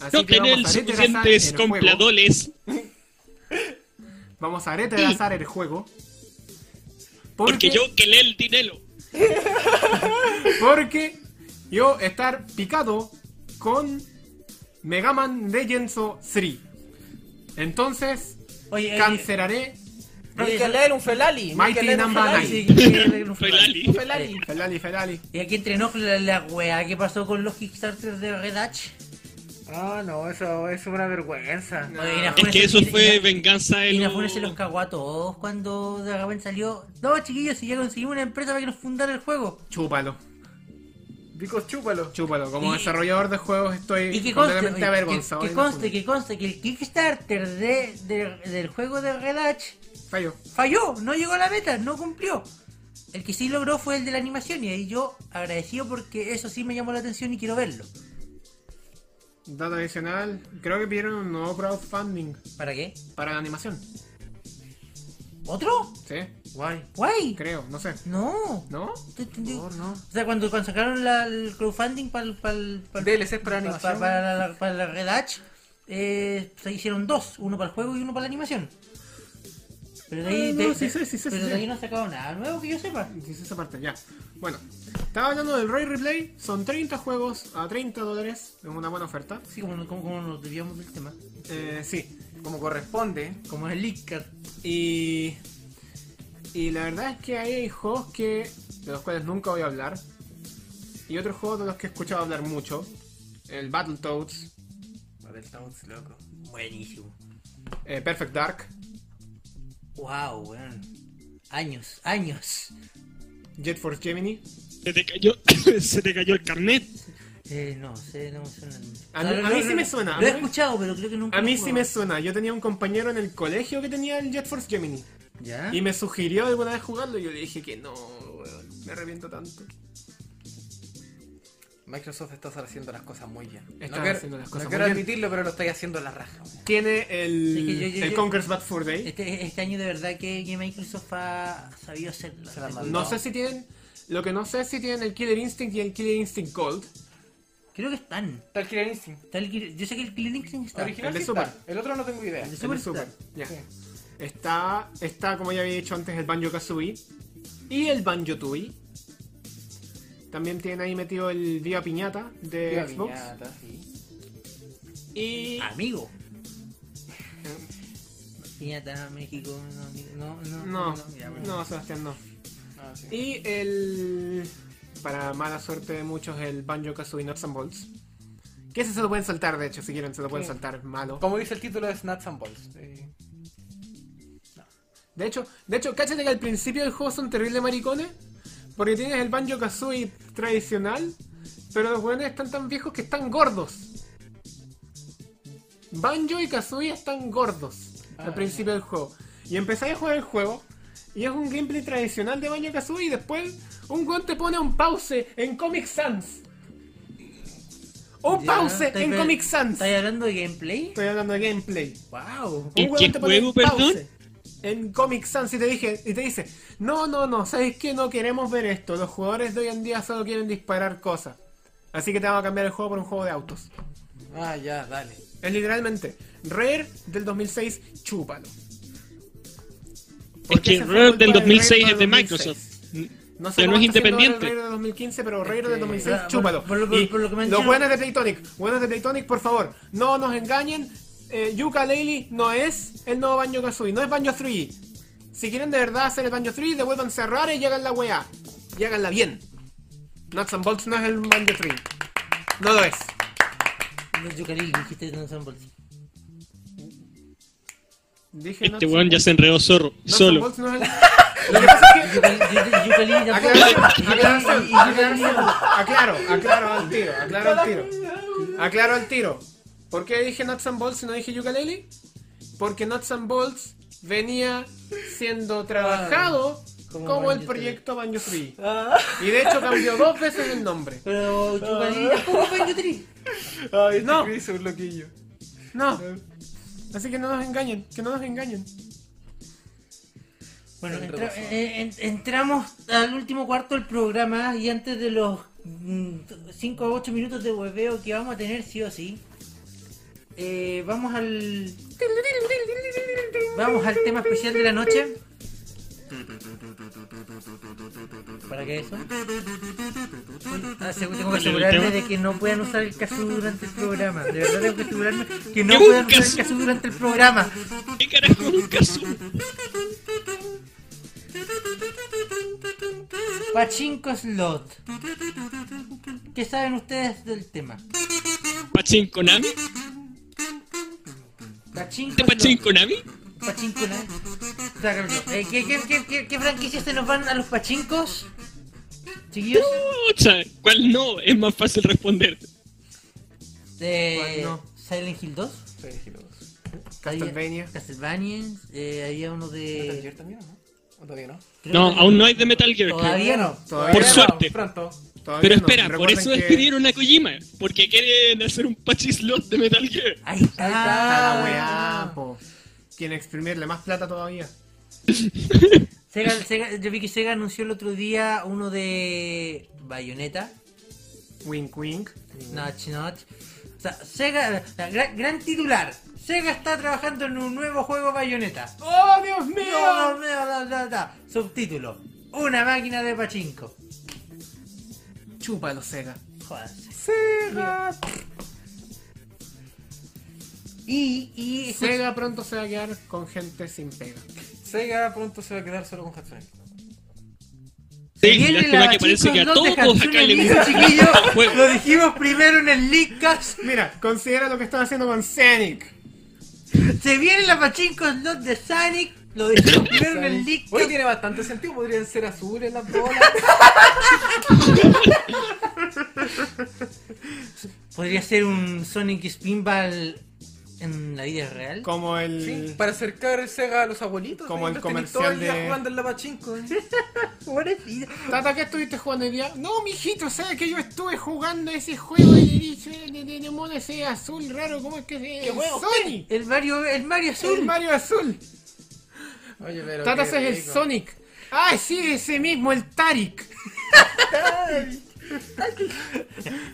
B: Así
D: No
B: que
D: tenemos
B: vamos a retrasar el
D: suficientes
B: juego.
D: compradores.
B: Vamos a retrasar el juego.
D: Porque yo que el dinero.
B: Porque yo estar picado con Mega Man Legends 3. Entonces,
A: Oye, oye,
B: cancelaré
C: Hay que leer un Felali.
B: Mighty
C: hay que leer un
B: number
C: Felali.
B: nine.
A: sí, sí, sí, un
D: Fue
A: fuego.
D: Lali.
C: Un Felali.
B: Felali, Felali.
A: Y aquí entre nos la, la weá que pasó con los Kickstarters de Red Hatch.
C: Ah, no, eso, eso es una vergüenza.
B: No.
A: Oye, Inafune
D: Es que
A: se-
D: eso
A: Ina-
D: fue
A: Ina-
D: venganza de
A: Inafune se los
D: los...
A: cagó a todos cuando de repente salió. No, chiquillos, si ya conseguimos una empresa para que nos fundara el juego.
B: Chúpalo,
C: Dico, chúpalo.
B: chúpalo. Como
A: Y-
B: desarrollador de juegos
A: Y
B: estoy
A: que conste,
B: completamente
A: oye,
B: avergonzado.
A: que, que
B: de
A: conste,
B: Inafune.
A: que conste que el Kickstarter de, de- del juego de Red Hatch
B: Fallo.
A: falló, no llegó a la meta, no cumplió. El que sí logró fue el de la animación y ahí yo agradecido porque eso sí me llamó la atención y quiero verlo.
B: Dato adicional, creo que pidieron un nuevo crowdfunding
A: ¿Para qué?
B: para la animación.
A: ¿Otro?
B: ¿Sí?
C: Guay.
A: Guay.
B: Creo, no sé.
A: No.
B: ¿No?
A: Te- te- te-
C: No, no.
A: O sea, cuando, cuando sacaron la- el crowdfunding para el
C: DLC para animación.
A: para, la, para la Red Hatch, eh, se hicieron dos, uno para el juego y uno para la animación. Pero de ahí,
B: Ah, no,
A: de-
B: sí
A: de-
B: sé, sí sé,
A: pero
B: sí
A: de
B: sé.
A: ahí no ha sacado nada nuevo que yo sepa.
B: Dice esa parte, ya. Bueno, estaba hablando del Ray Replay. Son 30 juegos a 30 dólares. Es una buena oferta.
A: Sí, como, no- como, como nos desviamos del tema.
B: Eh, sí.
C: Como corresponde.
A: Como es el Lickard.
B: Y. Y la verdad es que ahí hay juegos que. de los cuales nunca voy a hablar. Y otros juegos de los que he escuchado hablar mucho. El Battletoads,
C: Battletoads, loco.
A: Buenísimo.
B: eh, Perfect Dark,
A: Wow, weón. Años, años.
B: Jet Force Gemini.
D: Se te cayó, <laughs> se te cayó el carnet.
A: Eh, no sé, no me suena. mucho.
B: A mí- a
A: O sea, lo-
B: mí
A: lo-
B: sí me suena, a
A: Lo he
B: mí-
A: escuchado, pero creo que nunca.
B: A
A: lo he
B: mí sí me
A: jugado.
B: suena. Yo tenía un compañero en el colegio que tenía el Jet Force Gemini.
A: ¿Ya?
B: Y me sugirió alguna vez jugarlo y yo le dije que no, weón. Me arrepiento tanto.
C: Microsoft está haciendo las cosas muy bien.
B: Está
C: no quiero,
B: haciendo las
C: no
B: cosas
C: quiero
B: muy bien.
C: admitirlo, pero lo estoy haciendo a la raja. weón.
B: Tiene el,
A: Sí, que yo- yo-
B: el
A: yo-
B: Conker's Bad Fur Day.
A: Este, este año de verdad que, que Microsoft ha sabido hacerlo.
C: Se la mandó.
B: No sé si tienen. Lo que no sé es si tienen el Killer Instinct y el Killer Instinct Gold.
A: Creo que están.
C: Está el Killer Instinct.
A: Está el Gear- yo sé que el Clinic está.
C: Original
B: el de
C: sí
B: Super.
C: está. El otro no tengo
A: El de
C: idea.
B: El de
A: Superstar.
B: Super, ya. Está, está, como ya había dicho antes, el Banjo Kazooie y el Banjo Tooie. También tienen ahí metido el Viva Piñata de
C: Viva
B: Xbox.
C: Piñata, sí.
B: Y.
A: Amigo. Piñata, México. No, no, no.
B: No,
A: ya, bueno.
B: no, Sebastián, no.
C: Ah, sí.
B: Y el. Para mala suerte de muchos, el Banjo Kazooie Nuts and Bolts. Que ese se lo pueden saltar, de hecho, si quieren, se lo pueden
C: Sí.
B: saltar, es malo.
C: Como dice el título es Nuts and Balls. Eh,
B: De hecho, de hecho, cáchate que al principio del juego son terribles maricones. Porque tienes el Banjo Kazooie tradicional, pero los weones están tan viejos que están gordos. Banjo y Kazooie están gordos al
C: Ah,
B: principio del juego. Y empezáis a jugar el juego, y es un gameplay tradicional de Banjo Kazooie, y después un weón te pone un pause en Comic Sans. Un
A: Ya,
B: pause
A: estáis
B: en
A: ver-
B: Comic Sans.
A: ¿Estáis hablando de gameplay?
B: Estoy hablando de gameplay.
A: ¡Wow!
B: Un
D: ¿En
B: huevón
D: qué
B: te pone
D: juego,
B: pause
D: perdón?
B: En Comic Sans y te dije, y te dice, no, no, no, ¿sabes qué? No queremos ver esto. Los jugadores de hoy en día solo quieren disparar cosas. Así que te vamos a cambiar el juego por un juego de autos.
C: Ah, ya, dale.
B: Es literalmente Rare del 2006, chúpalo.
D: Es
B: Porque
D: que
B: esa
D: el
B: fue
D: Rare
B: culpa
D: del
B: del
D: 2006
B: Rare
D: es de
B: del
D: Microsoft.
B: 2006.
D: Mm,
B: No
D: Ya no
B: cómo está
D: es
B: haciendo ahora
D: independiente. ah,
B: El Rare de 2015, pero Rare
C: que-
B: del 2006,
A: por-
B: chúpalo.
A: por lo que-
B: Y
A: por lo que me han
B: los
A: dicho-
B: buenos de Playtonic, buenos de Playtonic, por favor, no nos engañen. Eh, Yuka Laylee no es el nuevo Banjo Kazooie, no es Banjo 3. Si quieren de verdad hacer el Banjo 3, devuélvanse a Rare y hagan la weá. Y háganla bien. Nuts and Bolts no es el Banjo 3. No lo es.
A: Los Yucaril, dijiste no son bolsas.
B: Dije
D: Este
B: Nuts-
D: weón ya se enredó zorro,
B: Nuts and
D: solo.
B: Bolts no es
C: <laughs>
B: el- Lo que pasa es que
A: Yucaril
B: Aclaración,
A: tampoco.
B: aclaración,
A: Y
B: aclaración.
A: Yucaril.
B: Aclaro, aclaro al tiro, aclaro al tiro. Aclaro al tiro. ¿Por qué dije Nuts and Bolts y no dije Ukulele? Porque Nuts and Bolts venía siendo trabajado
A: como
B: como el
A: Banjo-Tooie.
B: proyecto Banjo Free.
C: Ah.
B: Y de hecho cambió dos veces el nombre.
A: Pero Yucaril tampoco fue en Yucaril.
C: <laughs> Ay, este
B: No.
C: Chris es un loquillo.
B: No. Así que no nos engañen, que no nos engañen.
A: Bueno,
C: Con
A: entra-
C: razón.
A: eh, en- entramos al último cuarto del programa y antes de los 5 a 8 minutos de hueveo que vamos a tener sí o sí, eh, vamos al vamos al tema especial de la noche. ¿Para qué eso? Ah, se- tengo que asegurarme de que no puedan usar el caso durante el programa. De verdad tengo que asegurarme que no
D: ¿Qué es un
A: puedan usar el
D: kazoo?
A: caso durante el programa.
D: ¿Qué carajo es un kazoo?
A: Pachinko Slot. ¿Qué saben ustedes del tema?
D: ¿Pachin Konami?
A: Pachinko
D: ¿Este Pachin
A: Slot.
D: Konami?
A: Pachinko Slot. Sácalo. Eh, ¿qué, qué, qué, qué, qué franquicias se nos van a los pachincos? Chiquillos.
D: Pucha, ¿cuál no? Es más fácil responder.
B: ¿Cuál
A: Eh,
B: no?
A: Silent Hill 2.
C: Soy Gilos.
B: Castlevania.
A: Había- Castlevania. eh, había uno
C: ¿Metal Gear
A: de...
C: también o no? ¿O todavía no?
A: creo
D: No,
A: que-
D: aún no hay de Metal Gear. creo.
A: Todavía no.
B: Todavía
D: Por
B: no,
D: suerte.
C: Pronto.
B: todavía
D: Pero
B: no.
D: espera, por
B: Recuerden
D: eso
B: que-
D: despidieron a Kojima. Porque quieren hacer un Pachin Slot de Metal Gear.
A: Ahí está.
C: Ahí
B: Ah, la weá, po. Quieren exprimirle más plata todavía.
A: Sega, Sega- yo vi que Sega anunció el otro día uno de Bayonetta.
B: Wink, wink.
A: Notch, notch. O sea, Sega, o sea, gran, gran titular. Sega está trabajando en un nuevo juego Bayonetta.
B: ¡Oh, Dios mío!
A: No, no, no, no, no. Subtítulo. Una máquina de pachinko.
B: Chúpalo, Sega.
A: Joder.
B: Sega.
A: Y, y
B: Sega pronto se va a quedar con gente sin pega.
C: Sega pronto se va a quedar solo con Hatsune.
D: Sí,
A: se viene
D: lástima
A: la
D: que parece
A: Pachinko
D: que a
A: Slot de
D: todos acá
A: Hatsune
D: les
A: Miku,
D: gusta
A: chiquillo.
D: el juego.
A: Lo dijimos primero en el Leakcast.
B: Mira, considera lo que están haciendo con Sonic.
A: Se viene la pachinko slot de Sonic. Lo
D: <laughs>
A: dijimos primero en el Leakcast.
C: Hoy tiene bastante sentido, podrían ser azules las bolas.
B: <laughs>
A: Podría ser un Sonic Spinball en la vida real.
B: Como el.
C: Sí, para acercar Sega a los abuelitos.
B: Como
C: ahí
B: el
C: los tenéis
B: comercial
C: todo el día
B: de- <laughs>
C: jugando en la pachinko. ¿eh?
A: Pobrecito.
B: Tata, ¿qué estuviste jugando hoy día? No, mijito, ¿sabes que yo estuve jugando ese juego y dije, "Eh, de, de, de mono ese azul raro? ¿Cómo es que se
A: ¿Qué juego?
B: Sony!
A: El Mario, el Mario
B: El
A: Azul.
B: Mario Azul.
C: Oye, pero.
B: Tata,
C: qué
B: ese es el
C: rico.
B: Sonic. Ah, sí, ese mismo, el Tarik.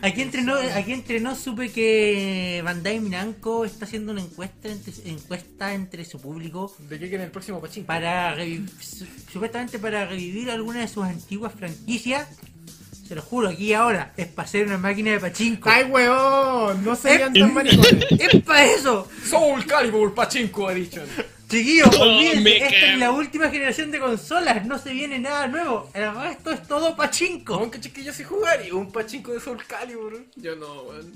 A: Aquí entrenó, aquí entrenó, supe que Bandai Namco está haciendo una encuesta entre, encuesta entre su público
C: ¿De qué quieren el próximo pachín?
A: para revi- su- supuestamente para revivir alguna de sus antiguas franquicias. Se lo juro, aquí ahora es para hacer una máquina de pachinko.
B: ¡Ay, weón! No serían
D: Eh,
B: tan
A: <laughs>
B: maricones.
A: ¡Es para eso!
C: Soul Calibur Pachinko Edition.
A: Chiquillos,
D: Oh,
A: olvídense,
D: me
A: esta
D: cago.
A: es la última generación de consolas, no se viene nada nuevo. El resto es todo pachinko.
C: Aunque chiquillos sí jugaría un Pachinko de Soul Calibur.
B: Yo no, weón.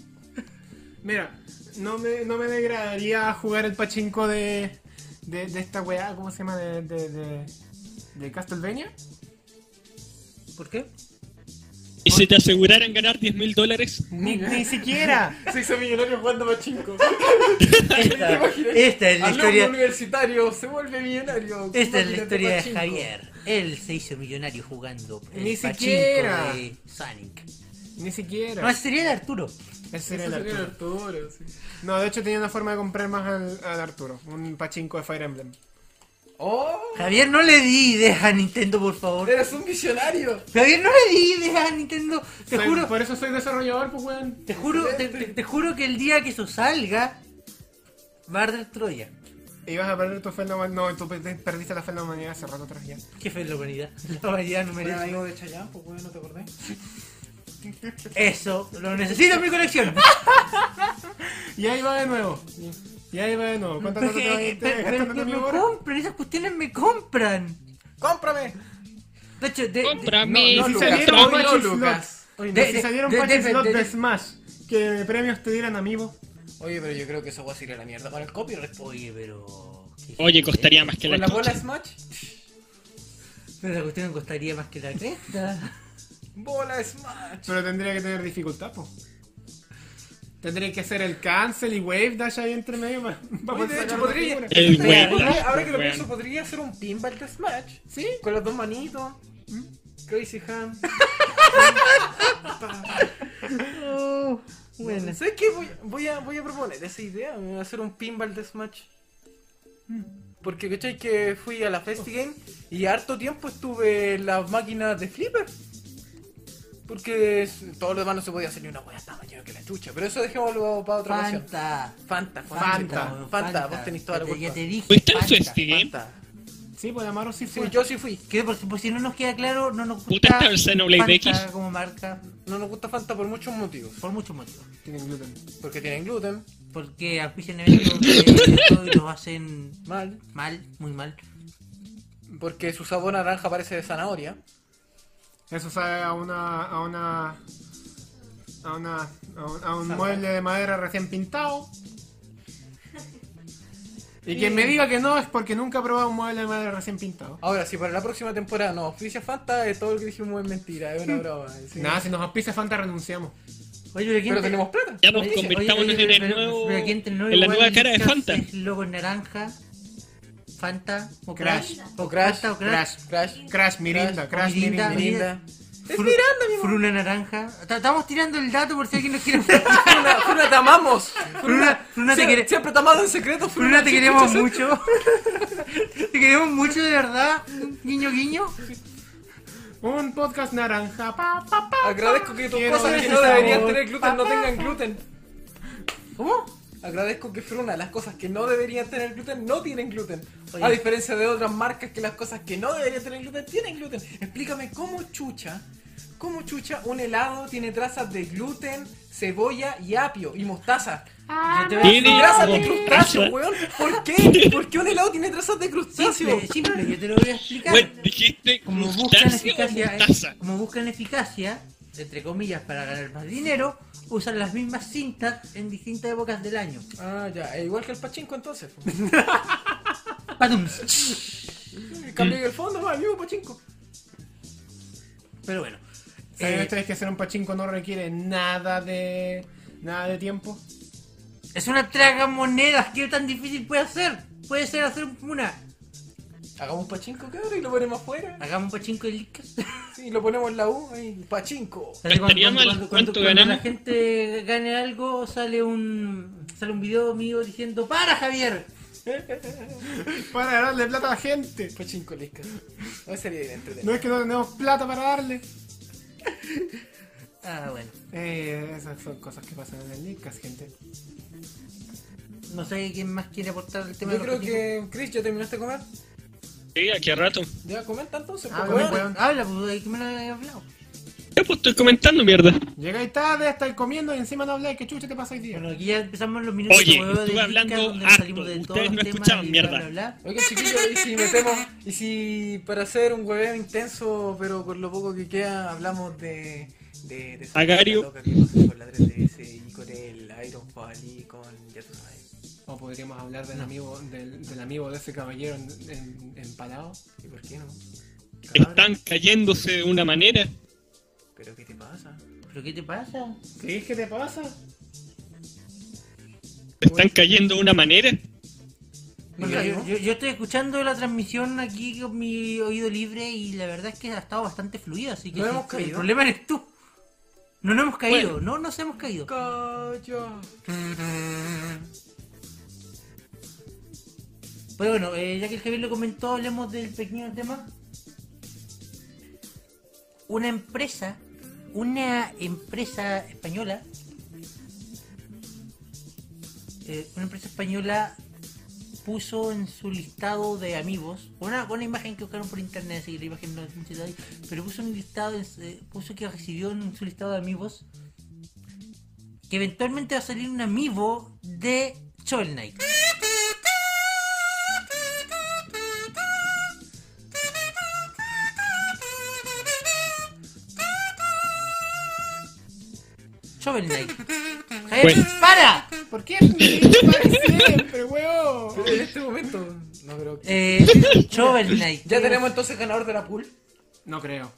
B: Mira, no me, no me degradaría jugar el pachinko de, de, de esta weá, ¿cómo se llama? De, de, de, de Castlevania.
A: ¿Por
D: <laughs>
A: qué?
D: Y si te aseguraran ganar 10 mil dólares,
B: Ni, ni siquiera.
C: <laughs> Se hizo millonario jugando Pachinko.
A: Esta, esta es la
C: <laughs> Alumno
A: historia.
C: universitario se vuelve millonario.
A: Esta es la
C: Máquina
A: historia de
C: pachinko.
A: Javier. Él se hizo millonario jugando el
B: Ni
A: pachinko
B: siquiera.
A: de Sonic.
B: Ni
A: No,
B: siquiera.
A: ese sería de Arturo.
B: Ese era
C: Ese
B: el
C: sería el
B: Arturo.
C: Arturo, sí.
B: No, de hecho tenía una forma de comprar más al, al Arturo. Un pachinko de Fire Emblem.
C: ¡Oh!
A: Javier, no le di ideas a Nintendo, por favor.
C: ¡Eres un visionario!
A: Javier, no le di ideas a Nintendo. Te
B: Soy-
A: juro,
B: Por eso soy desarrollador, pues weón.
A: te juro, te, te- te juro que el día que eso salga, va a arder Troya.
B: Ibas a perder tu fe en la humanidad. No, tú pe- perdiste la fe en la humanidad hace rato atrás ya.
A: Qué fe la humanidad. <laughs> La humanidad no merece.
C: amigo de Chayanne, pues bueno, te acordé.
A: Eso, lo necesito en mi colección.
B: Y ahí va de nuevo. Y ahí va de nuevo. ¿Cuánta
A: Pero
B: plata te va a
A: que-
B: ir
A: pero- pero
B: gastando
A: que
B: en mi
A: me
B: obra?
A: compran, esas cuestiones me compran.
C: ¡Cómprame!
A: De hecho, de- de-
D: cómprame.
B: No,
C: no,
B: si
C: Lucas,
B: salieron
D: cómprame.
C: no,
B: Punch
C: Lucas.
B: Slot. Oye,
A: De-
B: si
A: de-
B: salieron
A: de-
B: Punch
A: de-
B: Slot
A: de-
B: de Smash, que premios te dieran amiibo.
C: Oye, pero yo creo que eso va a ir a la mierda con el copyright.
A: Oye, pero. qué
D: oye,
A: gente, ¿eh?
D: costaría más que
C: ¿Con
D: la
C: la bola
D: chucha.
C: Smash?
A: Pero la cuestión costaría más que la cresta.
C: ¡Bola Smash!
B: Pero tendría que tener dificultad, po. Tendría que hacer el cancel y wave dash ahí entre medio. pa- <laughs> pa
C: Oye,
B: poder
C: de hecho,
B: sacar
C: podría.
B: una figura.
D: El
C: Oye,
D: weón.
C: ahora- Ahora que lo
D: weón.
C: pienso, podría hacer un pinball de Smash.
B: Sí.
C: Con los dos manitos. Crazy Ham.
A: bueno.
C: ¿Sabes qué? Voy, voy a, voy a proponer esa idea, voy a hacer un pinball de Smash. Porque, ¿cachai? Que fui a la FestiGame y harto tiempo estuve en las máquinas de Flipper. Porque es- todo lo demás no se podía hacer ni una wea, estaba más lleno que la chucha. Pero eso dejémoslo para <laughs> otra ocasión.
A: Fanta.
C: Fanta,
B: Fanta,
C: Fanta, Fanta, vos tenés toda
A: Ya
C: la
A: te-
C: culpa.
A: Ya te dije.
D: ¿Fuiste en su
A: Fanta.
D: Steam?
C: Fanta.
B: Sí, pues Amaro sí
C: Sí,
B: fue.
C: yo sí fui.
A: Que por, por si no nos queda claro, no nos gusta.
D: Puta, está el Xenoblade
A: Fanta
D: X.
A: como marca,
C: No nos gusta Fanta por muchos motivos.
A: por muchos motivos.
B: Tiene gluten.
C: Porque tienen gluten,
A: Porque auspician eventos
D: <laughs>
A: de todo y los hacen
C: mal.
A: mal, muy mal.
C: Porque su sabor a naranja parece de zanahoria.
B: Eso sabe a una. a una. a una. a un, a un
C: Sabe.
B: mueble de madera recién
C: <laughs>
B: pintado. Y quien me diga que no es porque nunca ha probado un mueble de madera recién pintado.
C: Ahora, si para la próxima temporada no auspicia Fanta, eh, todo lo que dijimos es mentira, es una broma. sí.
B: Nada, si nos auspicia Fanta renunciamos.
A: Oye, pero, ¿quién
C: Pero
A: te-
C: tenemos plata.
D: Ya pues
A: Oye, oye,
D: convirtámonos en
A: oye,
D: el
A: pero-
D: nuevo.
A: pero aquí entre el nuevo
D: En la
A: igual
D: nueva cara de
A: Cars
D: Fanta.
A: es Logo naranja, Fanta, o
B: Crash.
A: Crash, o Crash, o Crash,
C: Crash.
B: Crash Mirinda, Crash Mirinda.
A: Mirinda, Mirinda.
C: Linda. Es
A: Fru-
C: Miranda, mi
A: Fruna naranja. Ta- Estamos tirando el dato por si alguien nos <laughs> quiere.
C: Fruna, Fruna, te amamos.
A: Fruna- Fruna te
C: Sie-
A: quiere-
C: Siempre te amado en secreto, Fruna.
A: Fruna, te
C: Sí,
A: queremos
C: escuchas-
A: mucho. Te queremos mucho, <laughs> de verdad. Guiño, guiño.
B: Un podcast naranja. Pa, pa, pa,
C: Agradezco que tus
B: Quiero
C: cosas que
B: ese
C: no deberían
B: sabor.
C: tener gluten no
B: Papá.
C: tengan gluten.
A: ¿Cómo?
C: Agradezco que Fruna, las cosas que no deberían tener gluten no tienen gluten.
A: Oye.
C: A diferencia de otras marcas que las cosas que no deberían tener gluten tienen gluten. Explícame cómo chucha, cómo chucha un helado tiene trazas de gluten, cebolla y apio y mostaza.
A: Yo te voy a
D: Tiene
A: decir-
C: Trazas de
D: mostaza.
C: crustáceo, weón. ¿Por qué? ¿Por qué un helado tiene trazas de crustáceo?
A: Simple, simple, yo te lo voy a explicar.
D: Bueno, dijiste
A: como buscan
D: crustáceo o
A: eficacia, eh,
D: mostaza.
A: como buscan eficacia, entre comillas, para ganar más dinero, usan las mismas cintas en distintas épocas del año.
C: Ah, ya, es igual que el pachinko entonces.
A: Patums.
C: Cambié el fondo, no, el mismo pachinko.
A: Pero bueno.
B: ¿Saben
A: eh,
B: ustedes que hacer un pachinko no requiere nada de. nada de tiempo?
A: es una tragamonedas, ¿qué tan difícil puede ser? Puede ser hacer una.
C: Hagamos un pachinko, cabrón, y lo ponemos afuera.
A: Hagamos un pachinko de Leadcast.
C: Sí, lo ponemos en la U, ahí, pachinko.
A: Así cuando-
D: Estaría
A: cuando-
D: mal,
A: cuando-
D: ¿cuánto
A: cuando
D: ganamos?
A: la gente gane algo, sale un sale un video mío diciendo ¡Para, Javier!
B: Para darle plata a la gente.
C: Pachinko Lisca. No sería bien entretenido.
B: No es que no tenemos plata para darle.
A: Ah, bueno.
B: Eh, esas son cosas que pasan en el Nicas, gente.
A: No sé quién más quiere aportar al tema
C: Yo
A: de
C: creo
A: los patitos.
C: que, Chris, ¿ya terminaste de comer?
D: Sí, aquí a rato.
C: Ya, comenta entonces.
A: Ah,
C: pues,
A: bueno,
C: weón.
A: weón, habla, pues, ahí que me lo había hablado.
D: Ya, pues estoy comentando, mierda.
B: Llegáis tarde, estáis comiendo y encima no habláis. ¿Qué chucha te pasa hoy día?
A: Bueno, aquí ya empezamos los minutos
D: Oye,
A: de huevo de
D: estuve
A: Nica,
D: hablando
A: donde
D: harto.
A: salimos de todos
D: Ustedes
A: los
D: no
A: temas
D: escuchaban
A: y
D: mierda.
A: bla, bla, bla.
C: Oiga, chiquillos, y si metemos, y si para hacer un hueveo intenso, pero con lo poco que queda, hablamos de. de, de esa
D: Agario.
C: loca que pasó con la 3DS y con el Iron Fall y con. ya tú sabes.
B: O podríamos hablar del amigo del, del amigo de ese caballero en, en, en Palau.
C: ¿Y por qué no?
D: Están cayéndose de una manera.
C: ¿Pero qué te pasa?
A: ¿Pero qué te pasa?
B: ¿Qué es que te pasa?
D: Están cayendo de una manera.
A: Porque yo, yo- yo estoy escuchando la transmisión aquí con mi oído libre y la verdad es que ha estado bastante fluida, así que
C: No
A: sí,
C: hemos
A: el
C: caído.
A: problema eres tú. No nos hemos caído, no nos hemos caído.
C: Calla.
A: Mm. Pero bueno, eh, ya que el Javier lo comentó, hablemos del pequeño tema. Una empresa, una empresa española, eh, una empresa española puso en su listado de amigos, una, una imagen que buscaron por internet, así que la imagen no es mucho detalle, pero puso un listado, en su- eh, puso que recibió en su listado de amigos que eventualmente va a salir un amigo de Shovel Knight. Shovel Knight. Javier,
D: Bueno.
A: para.
B: ¿Por qué me dices siempre, weón?
C: En este momento. No creo que.
A: Eh, Shovel Knight.
C: Ya tenemos entonces ganador de la pool.
B: No creo.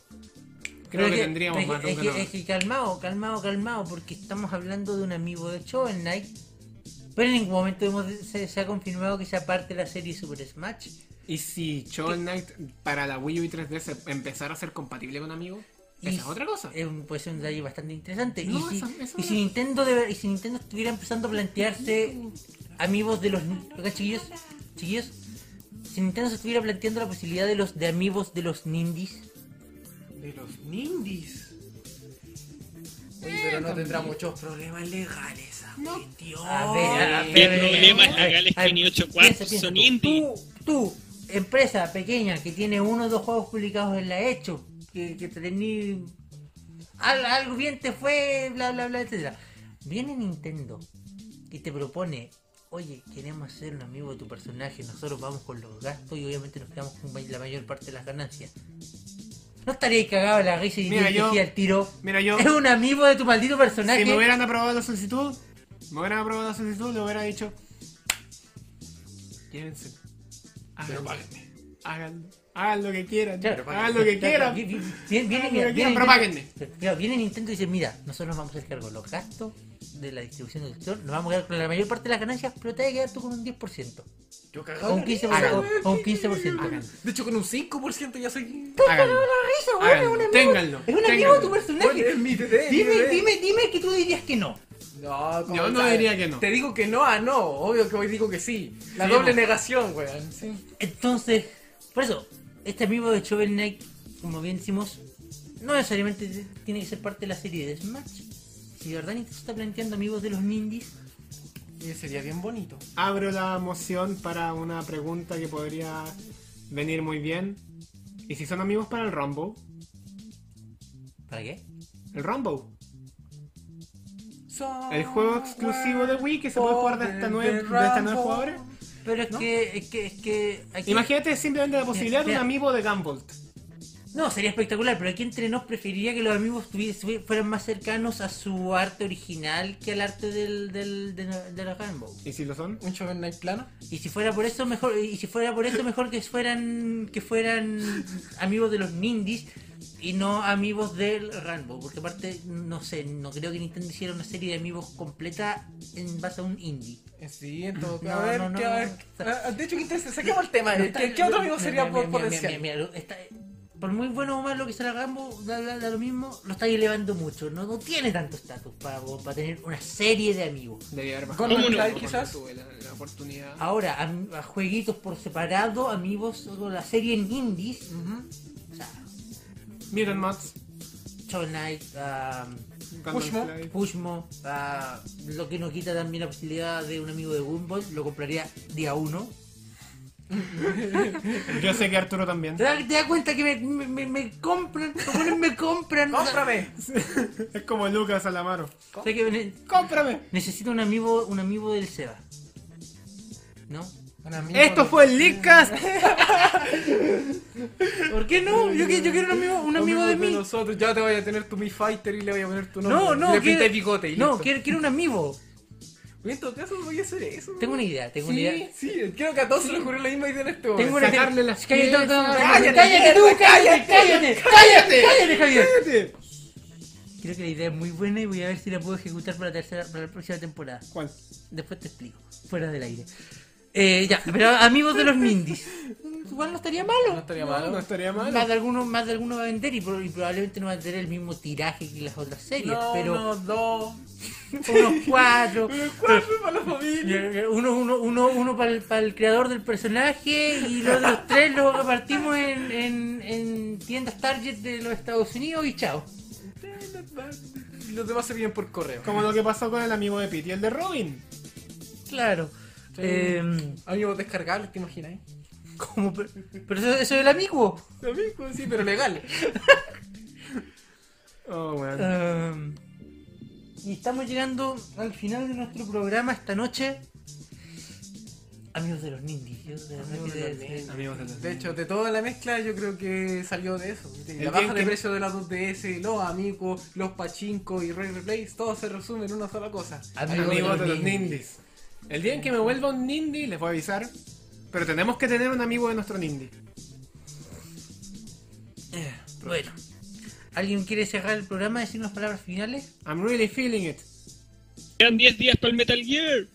A: Pero
B: Creo
A: es
B: que, tendríamos
A: es
B: más de un
A: que- es que-
B: ganador.
A: es que calmado, calmado, calmado, porque estamos hablando de un amigo de Shovel Knight. Pero en ningún momento hemos- se, se ha confirmado que sea parte de la serie Super Smash.
B: ¿Y si Shovel Knight para la Wii U y 3DS empezara a ser compatible con amigos?
A: Y
B: Esa es
A: si-
B: otra cosa.
A: Es un, puede ser un detalle bastante interesante. y,
B: No,
A: si,
B: esa- esa
A: y
B: no-
A: si Nintendo de ver- y si Nintendo estuviera empezando a plantearse amigos de los. Oiga, chiquillos, chiquillos. Si Nintendo se estuviera planteando la posibilidad de los de amigos de los Nindies.
C: De los Nindis. Oye, pero no tendrá muchos problemas legales. ah, No.
A: A ver, a ver,
D: Qué
A: a ver,
D: problemas
A: a ver,
D: legales
A: a ver,
D: que ni ocho
A: piensa,
D: cuartos
A: piensa
D: son
A: tú.
D: indie.
A: Tú, tú, empresa pequeña que tiene uno o dos juegos publicados en la hecho, que, que tení al- algo bien te fue, bla bla bla, etcétera. Viene Nintendo y te propone, oye, queremos ser un amigo de tu personaje, nosotros vamos con los gastos y obviamente nos quedamos con la mayor parte de las ganancias. No estaría cagado en la risa y
B: Mira,
A: te
B: yo-
A: decía al tiro.
B: Mira, yo,
A: Es un amigo de tu maldito personaje.
B: si me hubieran aprobado la solicitud, me hubieran aprobado la solicitud, le hubiera dicho: Llévense.
C: Pero
B: Háganlo,
C: páguenme.
B: háganlo, hagan lo que quieran.
A: Claro,
B: hagan lo que
A: Claro,
B: quieran.
A: vi- vi- Viene, viene,
B: Hagan
A: mira,
B: lo que quieran,
A: viene-
B: pero páguenme.
A: Claro, viene Nintendo y dice, mira, nosotros nos vamos a hacer cargo de los gastos de la distribución del sector, nos vamos a quedar con la mayor parte de las ganancias, pero te vas a quedar tú con un 10%,
C: Yo
A: o
C: cagado.
A: un 15%, o, o un 15%.
C: De hecho, con un 5% ya soy.
B: Háganlo. Háganlo, ténganlo,
A: es un amigo
B: ténganlo.
A: de tu personaje.
C: Es mi DD, mi
A: Dime,
C: DD.
A: dime, dime que tú dirías que no.
C: No, como
B: Yo no
C: tal.
B: diría que no.
C: Te digo que no, ah, no. Obvio que hoy digo que sí. La
B: Sí,
C: doble
B: no.
C: negación, weón. Sí.
A: Entonces, por eso, este amigo de Shovel Knight, como bien decimos, no necesariamente tiene que ser parte de la serie de Smash. Si de verdad Nintendo está planteando amigos de los Nindies,
C: Y sería bien bonito.
B: Abro la moción para una pregunta que podría venir muy bien. ¿Y si son amigos para el Rumble?
A: ¿para qué?
B: El Rumble. El juego exclusivo de Wii que se puede jugar de hasta nueve, de hasta nueve jugadores.
A: Pero es
C: ¿No?
A: que, es que, es que... aquí-
B: Imagínate simplemente la posibilidad de un
A: Mira.
B: amigo de Gambolt.
A: No, sería espectacular, pero aquí entre nos preferiría que los amigos tuvies- fueran más cercanos a su arte original que al arte del, del, de, de los Rainbow.
B: ¿Y si lo son?
C: Un Shovel Knight plano.
A: Y si fuera por eso mejor, y si fuera por eso mejor que fueran que fueran amigos de los Nindies y no amigos del Rainbow, porque aparte no sé, no creo que Nintendo hiciera una serie de amigos completa en base a un indie.
C: Eh, Sí, en todo
A: No,
C: A ver,
A: no, no,
C: qué- a ver,
A: no.
C: a- a- De hecho, qué interesante. Saquemos el tema.
A: No
C: eh,
A: está-
C: ¿Qué, qué otro amigo
A: mira,
C: sería
A: mira,
C: por
A: mira,
C: potencial?
A: mira, mira, mira, está- por muy bueno o malo que sea la Rambo, da, da- da lo mismo, lo está elevando mucho. No, no tiene tanto estatus para, para tener una serie de amigos.
B: Debía haber
C: Con
D: un
B: la
C: like, quizás.
B: tuve la, la oportunidad.
A: Ahora, am- a jueguitos por separado, amigos, o la serie en indies,
B: Ujú.
A: o sea,
B: Mutant Mats.
A: Shovel Knight, um,
B: Gundam Fly.
A: Pushmo, ah, lo que nos quita también la posibilidad de un amigo de Gumball, lo compraría día uno.
B: Yo sé que Arturo también.
A: ¿Te das, te das cuenta que me, me- me- me compran? Los buenos me compran? O sea,
C: ¡Cómprame!
B: es como Lucas Alamaro.
A: o sea que ne-
B: ¡Cómprame!
A: necesito un amigo, un amigo del Seba. ¿No?
C: Un amigo
B: Esto
C: de-
B: fue el Leakcast.
A: ¿Por qué no? Yo, qui- yo quiero un amigo, un amigo de mí.
C: nosotros. Ya te voy a tener tu Mi Fighter y le voy a poner tu nombre.
A: No, no,
C: Le
A: quiero-
C: pinté bigote y
A: No,
C: listo.
A: quiero, quiero un amigo.
C: Oye, En todo caso, voy a hacer eso.
A: Tengo una idea, tengo una idea.
C: Sí, sí, creo que a todos se les ocurrió la misma idea en este
A: Tengo
C: momento.
A: una
B: sacarle las
A: Cállate,
B: piezas.
A: cállate,
C: Cállate,
A: cállate, tú, cállate, cállate, cállate, cállate, Javier.
B: Cállate.
A: Creo que la idea es muy buena y voy a ver si la puedo ejecutar para la tercera, para la próxima temporada.
B: ¿Cuál?
A: Después te explico, fuera del aire. Eh, ya, pero amigos de los Mindis. Igual no estaría
C: No
A: malo.
C: estaría
B: No
C: malo.
B: estaría mal.
A: Más de alguno, más de alguno va a vender y, pro- y probablemente no va a tener el mismo tiraje que las otras series,
C: No,
A: pero
C: no, dos.
A: <laughs> unos cuatro. eh,
C: ¿Cuál fue para la familia?
A: Uno, uno, uno, uno para el, creador del personaje y los otros tres lo repartimos en, en, en tiendas Target de los Estados Unidos y chao.
C: Y los demás se piden por correo.
B: Como lo que pasó con el amigo de Pete y el de Robin.
A: Claro.
C: Sí.
A: Eh,
C: Amigos descargables, ¿te imaginas?
A: como, pero pero eso, eso es el amigo.
C: Amigos, sí, pero legal.
B: Oh,
C: Ah.
B: weón.
A: Um, y estamos llegando al final de nuestro programa esta noche. Amigos de los Nindies. yo de verdad que de- de-
B: Amigos de los
C: De hecho, de toda la mezcla yo creo que salió de eso. De
B: El bien
C: la baja de
B: que-
C: precio de la 2DS, los amigos, los pachinko y Ray Replays, todo se resume en una sola cosa.
B: Amigos, de los Nindies. El día en que me vuelva un Nindy les voy a avisar. Pero tenemos que tener un amigo de nuestro Nindy.
A: Eh, Bueno. ¿Alguien quiere cerrar el programa y decir unas palabras finales?
B: I'm really feeling it.
D: Quedan 10 días para el Metal Gear.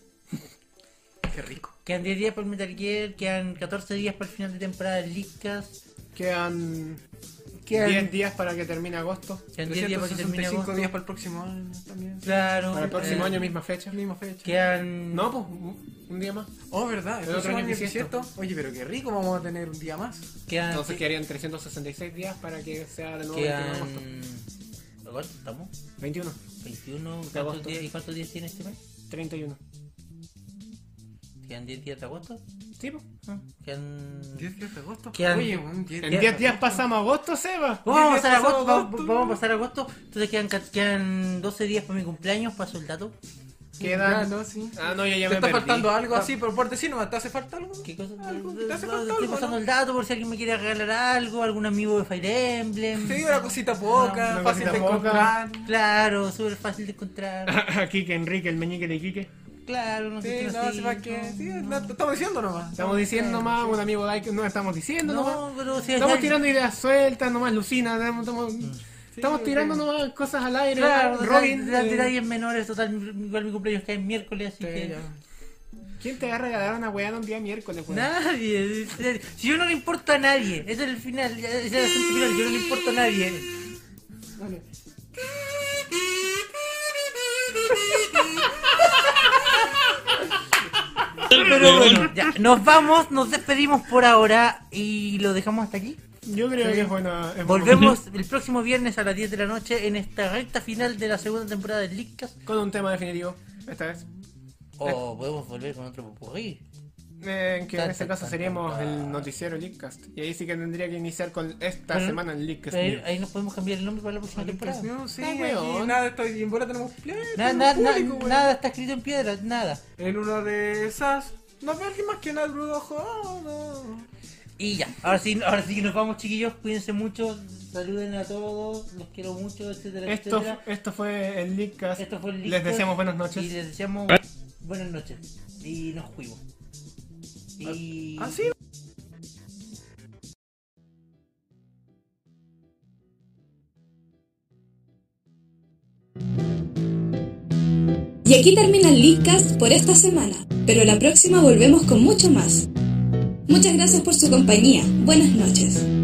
C: Qué rico.
A: Quedan 10 días para el Metal Gear, quedan 14 días para el final de temporada del Leadcast,
B: Quedan
A: quedan
B: 10 días para que termine agosto.
A: quedan 10 días para que termine
C: 365
A: agosto.
C: días para el próximo año también.
A: Claro.
B: Para el próximo
A: eh,
B: año, misma fecha.
C: Misma fecha.
A: Quedan.
B: No, pues un un día más.
C: Oh, verdad, el,
B: El otro
C: próximo
B: año
C: año
B: que
C: es
B: siento.
C: cierto. Oye, pero qué rico, vamos a tener un día más.
A: Quedan.
B: Entonces quedarían 366 días para que sea de nuevo 21 de
A: quedan.
B: agosto.
A: ¿A cuánto estamos?
B: 21,
A: 21. ¿cuántos
B: agosto.
A: días, ¿Y cuántos días tiene este mes?
B: 31.
A: ¿Quedan 10 días de agosto?
B: Sí, pues.
A: Ah, Quedan...
C: 10 días de agosto.
A: Quedan-
C: Oye, un 10
B: En 10 días pasamos agosto, Seba.
A: Vamos a
C: días
A: pasar
C: pasado
A: agosto, vamos-
C: agosto.
A: vamos a pasar agosto. Entonces quedan, ca- quedan 12 días para mi cumpleaños, paso el dato.
C: Ah,
B: Quedan.
C: no, sí.
B: Ah, no, ya,
C: Te
B: ya me
C: está
B: perdí.
C: faltando
B: <laughs>
C: algo así, pero por decir nomás, ¿te hace falta algo?
A: ¿Qué cosa?
C: Algo, ¿te hace falta
A: Estoy
C: algo,
A: pasando
C: no?
A: el dato por si alguien me quiere regalar algo, algún amigo de Fire Emblem.
C: Te digo una cosita poca,
B: Una
C: fácil
B: cosita
C: de
B: poca.
C: encontrar.
A: Claro, súper fácil de
C: <laughs>
A: encontrar.
B: Quique, Enrique, el meñique de Quique.
A: Claro, no
C: Sí,
A: sé
C: no, sí, para que. Sí, no, te estamos diciendo nomás.
B: Estamos diciendo nomás, un amigo like, no estamos diciendo nomás.
A: No, pero si
B: Estamos
A: alguien-
B: tirando ideas sueltas, nomás Lucina, estamos, estamos- estamos
C: sí,
B: tirando nomás cosas al aire.
A: Claro,
B: Robin,
A: de- de-
B: eh,
A: detalles menores, total, igual mi cumpleaños cae en miércoles, así
C: Sí,
A: que...
C: ya.
B: eh, ¿quién te va a regalar una weá un día miércoles, weón?
A: Nadie, si yo no le importo a nadie, ese es el final, ese es el asunto final, yo no le importo a nadie.
B: Vale.
D: Pero bueno,
A: Ya, nos vamos, nos despedimos por ahora y lo dejamos hasta aquí.
B: Yo creo que es buena. es buen
A: Volvemos el próximo viernes a las 10 de la noche en esta recta final de la segunda temporada del Leadcast.
B: momento. Con un tema definitivo, esta vez.
A: O podemos volver con otro popurrí.
B: Eh, en que en
A: Tan,
B: este
A: tan,
B: caso
A: tan,
B: seríamos
A: tan,
B: el
A: tan.
B: noticiero Leakcast. Y ahí sí que tendría que iniciar con esta
A: Pero-
B: semana el Leakcast.
A: Pero ahí nos podemos cambiar el nombre para la próxima temporada.
C: No, sí,
B: Ah,
C: aquí
B: weón.
C: nada, estoy en bola, tenemos plan.
A: Nada,
C: tenemos
A: nada, na-
C: público, weón.
A: nada está escrito en piedra, nada.
C: En una de esas, no veo alguien más que Naruto, no.
A: Y ya, ahora sí, ahora sí que nos vamos, chiquillos. Cuídense mucho, saluden a todos, los quiero mucho, etcétera,
B: Esto,
A: etcétera.
B: esto fue el Leakcast.
A: Esto fue el
B: Les
A: Listo.
B: deseamos buenas
A: Y
B: noches.
A: les deseamos buenas noches. Y nos fuimos. Y...
C: Ah, sí,
E: Y aquí termina el Leadcast por esta semana, pero la próxima volvemos con mucho más. Muchas gracias por su compañía. Buenas noches.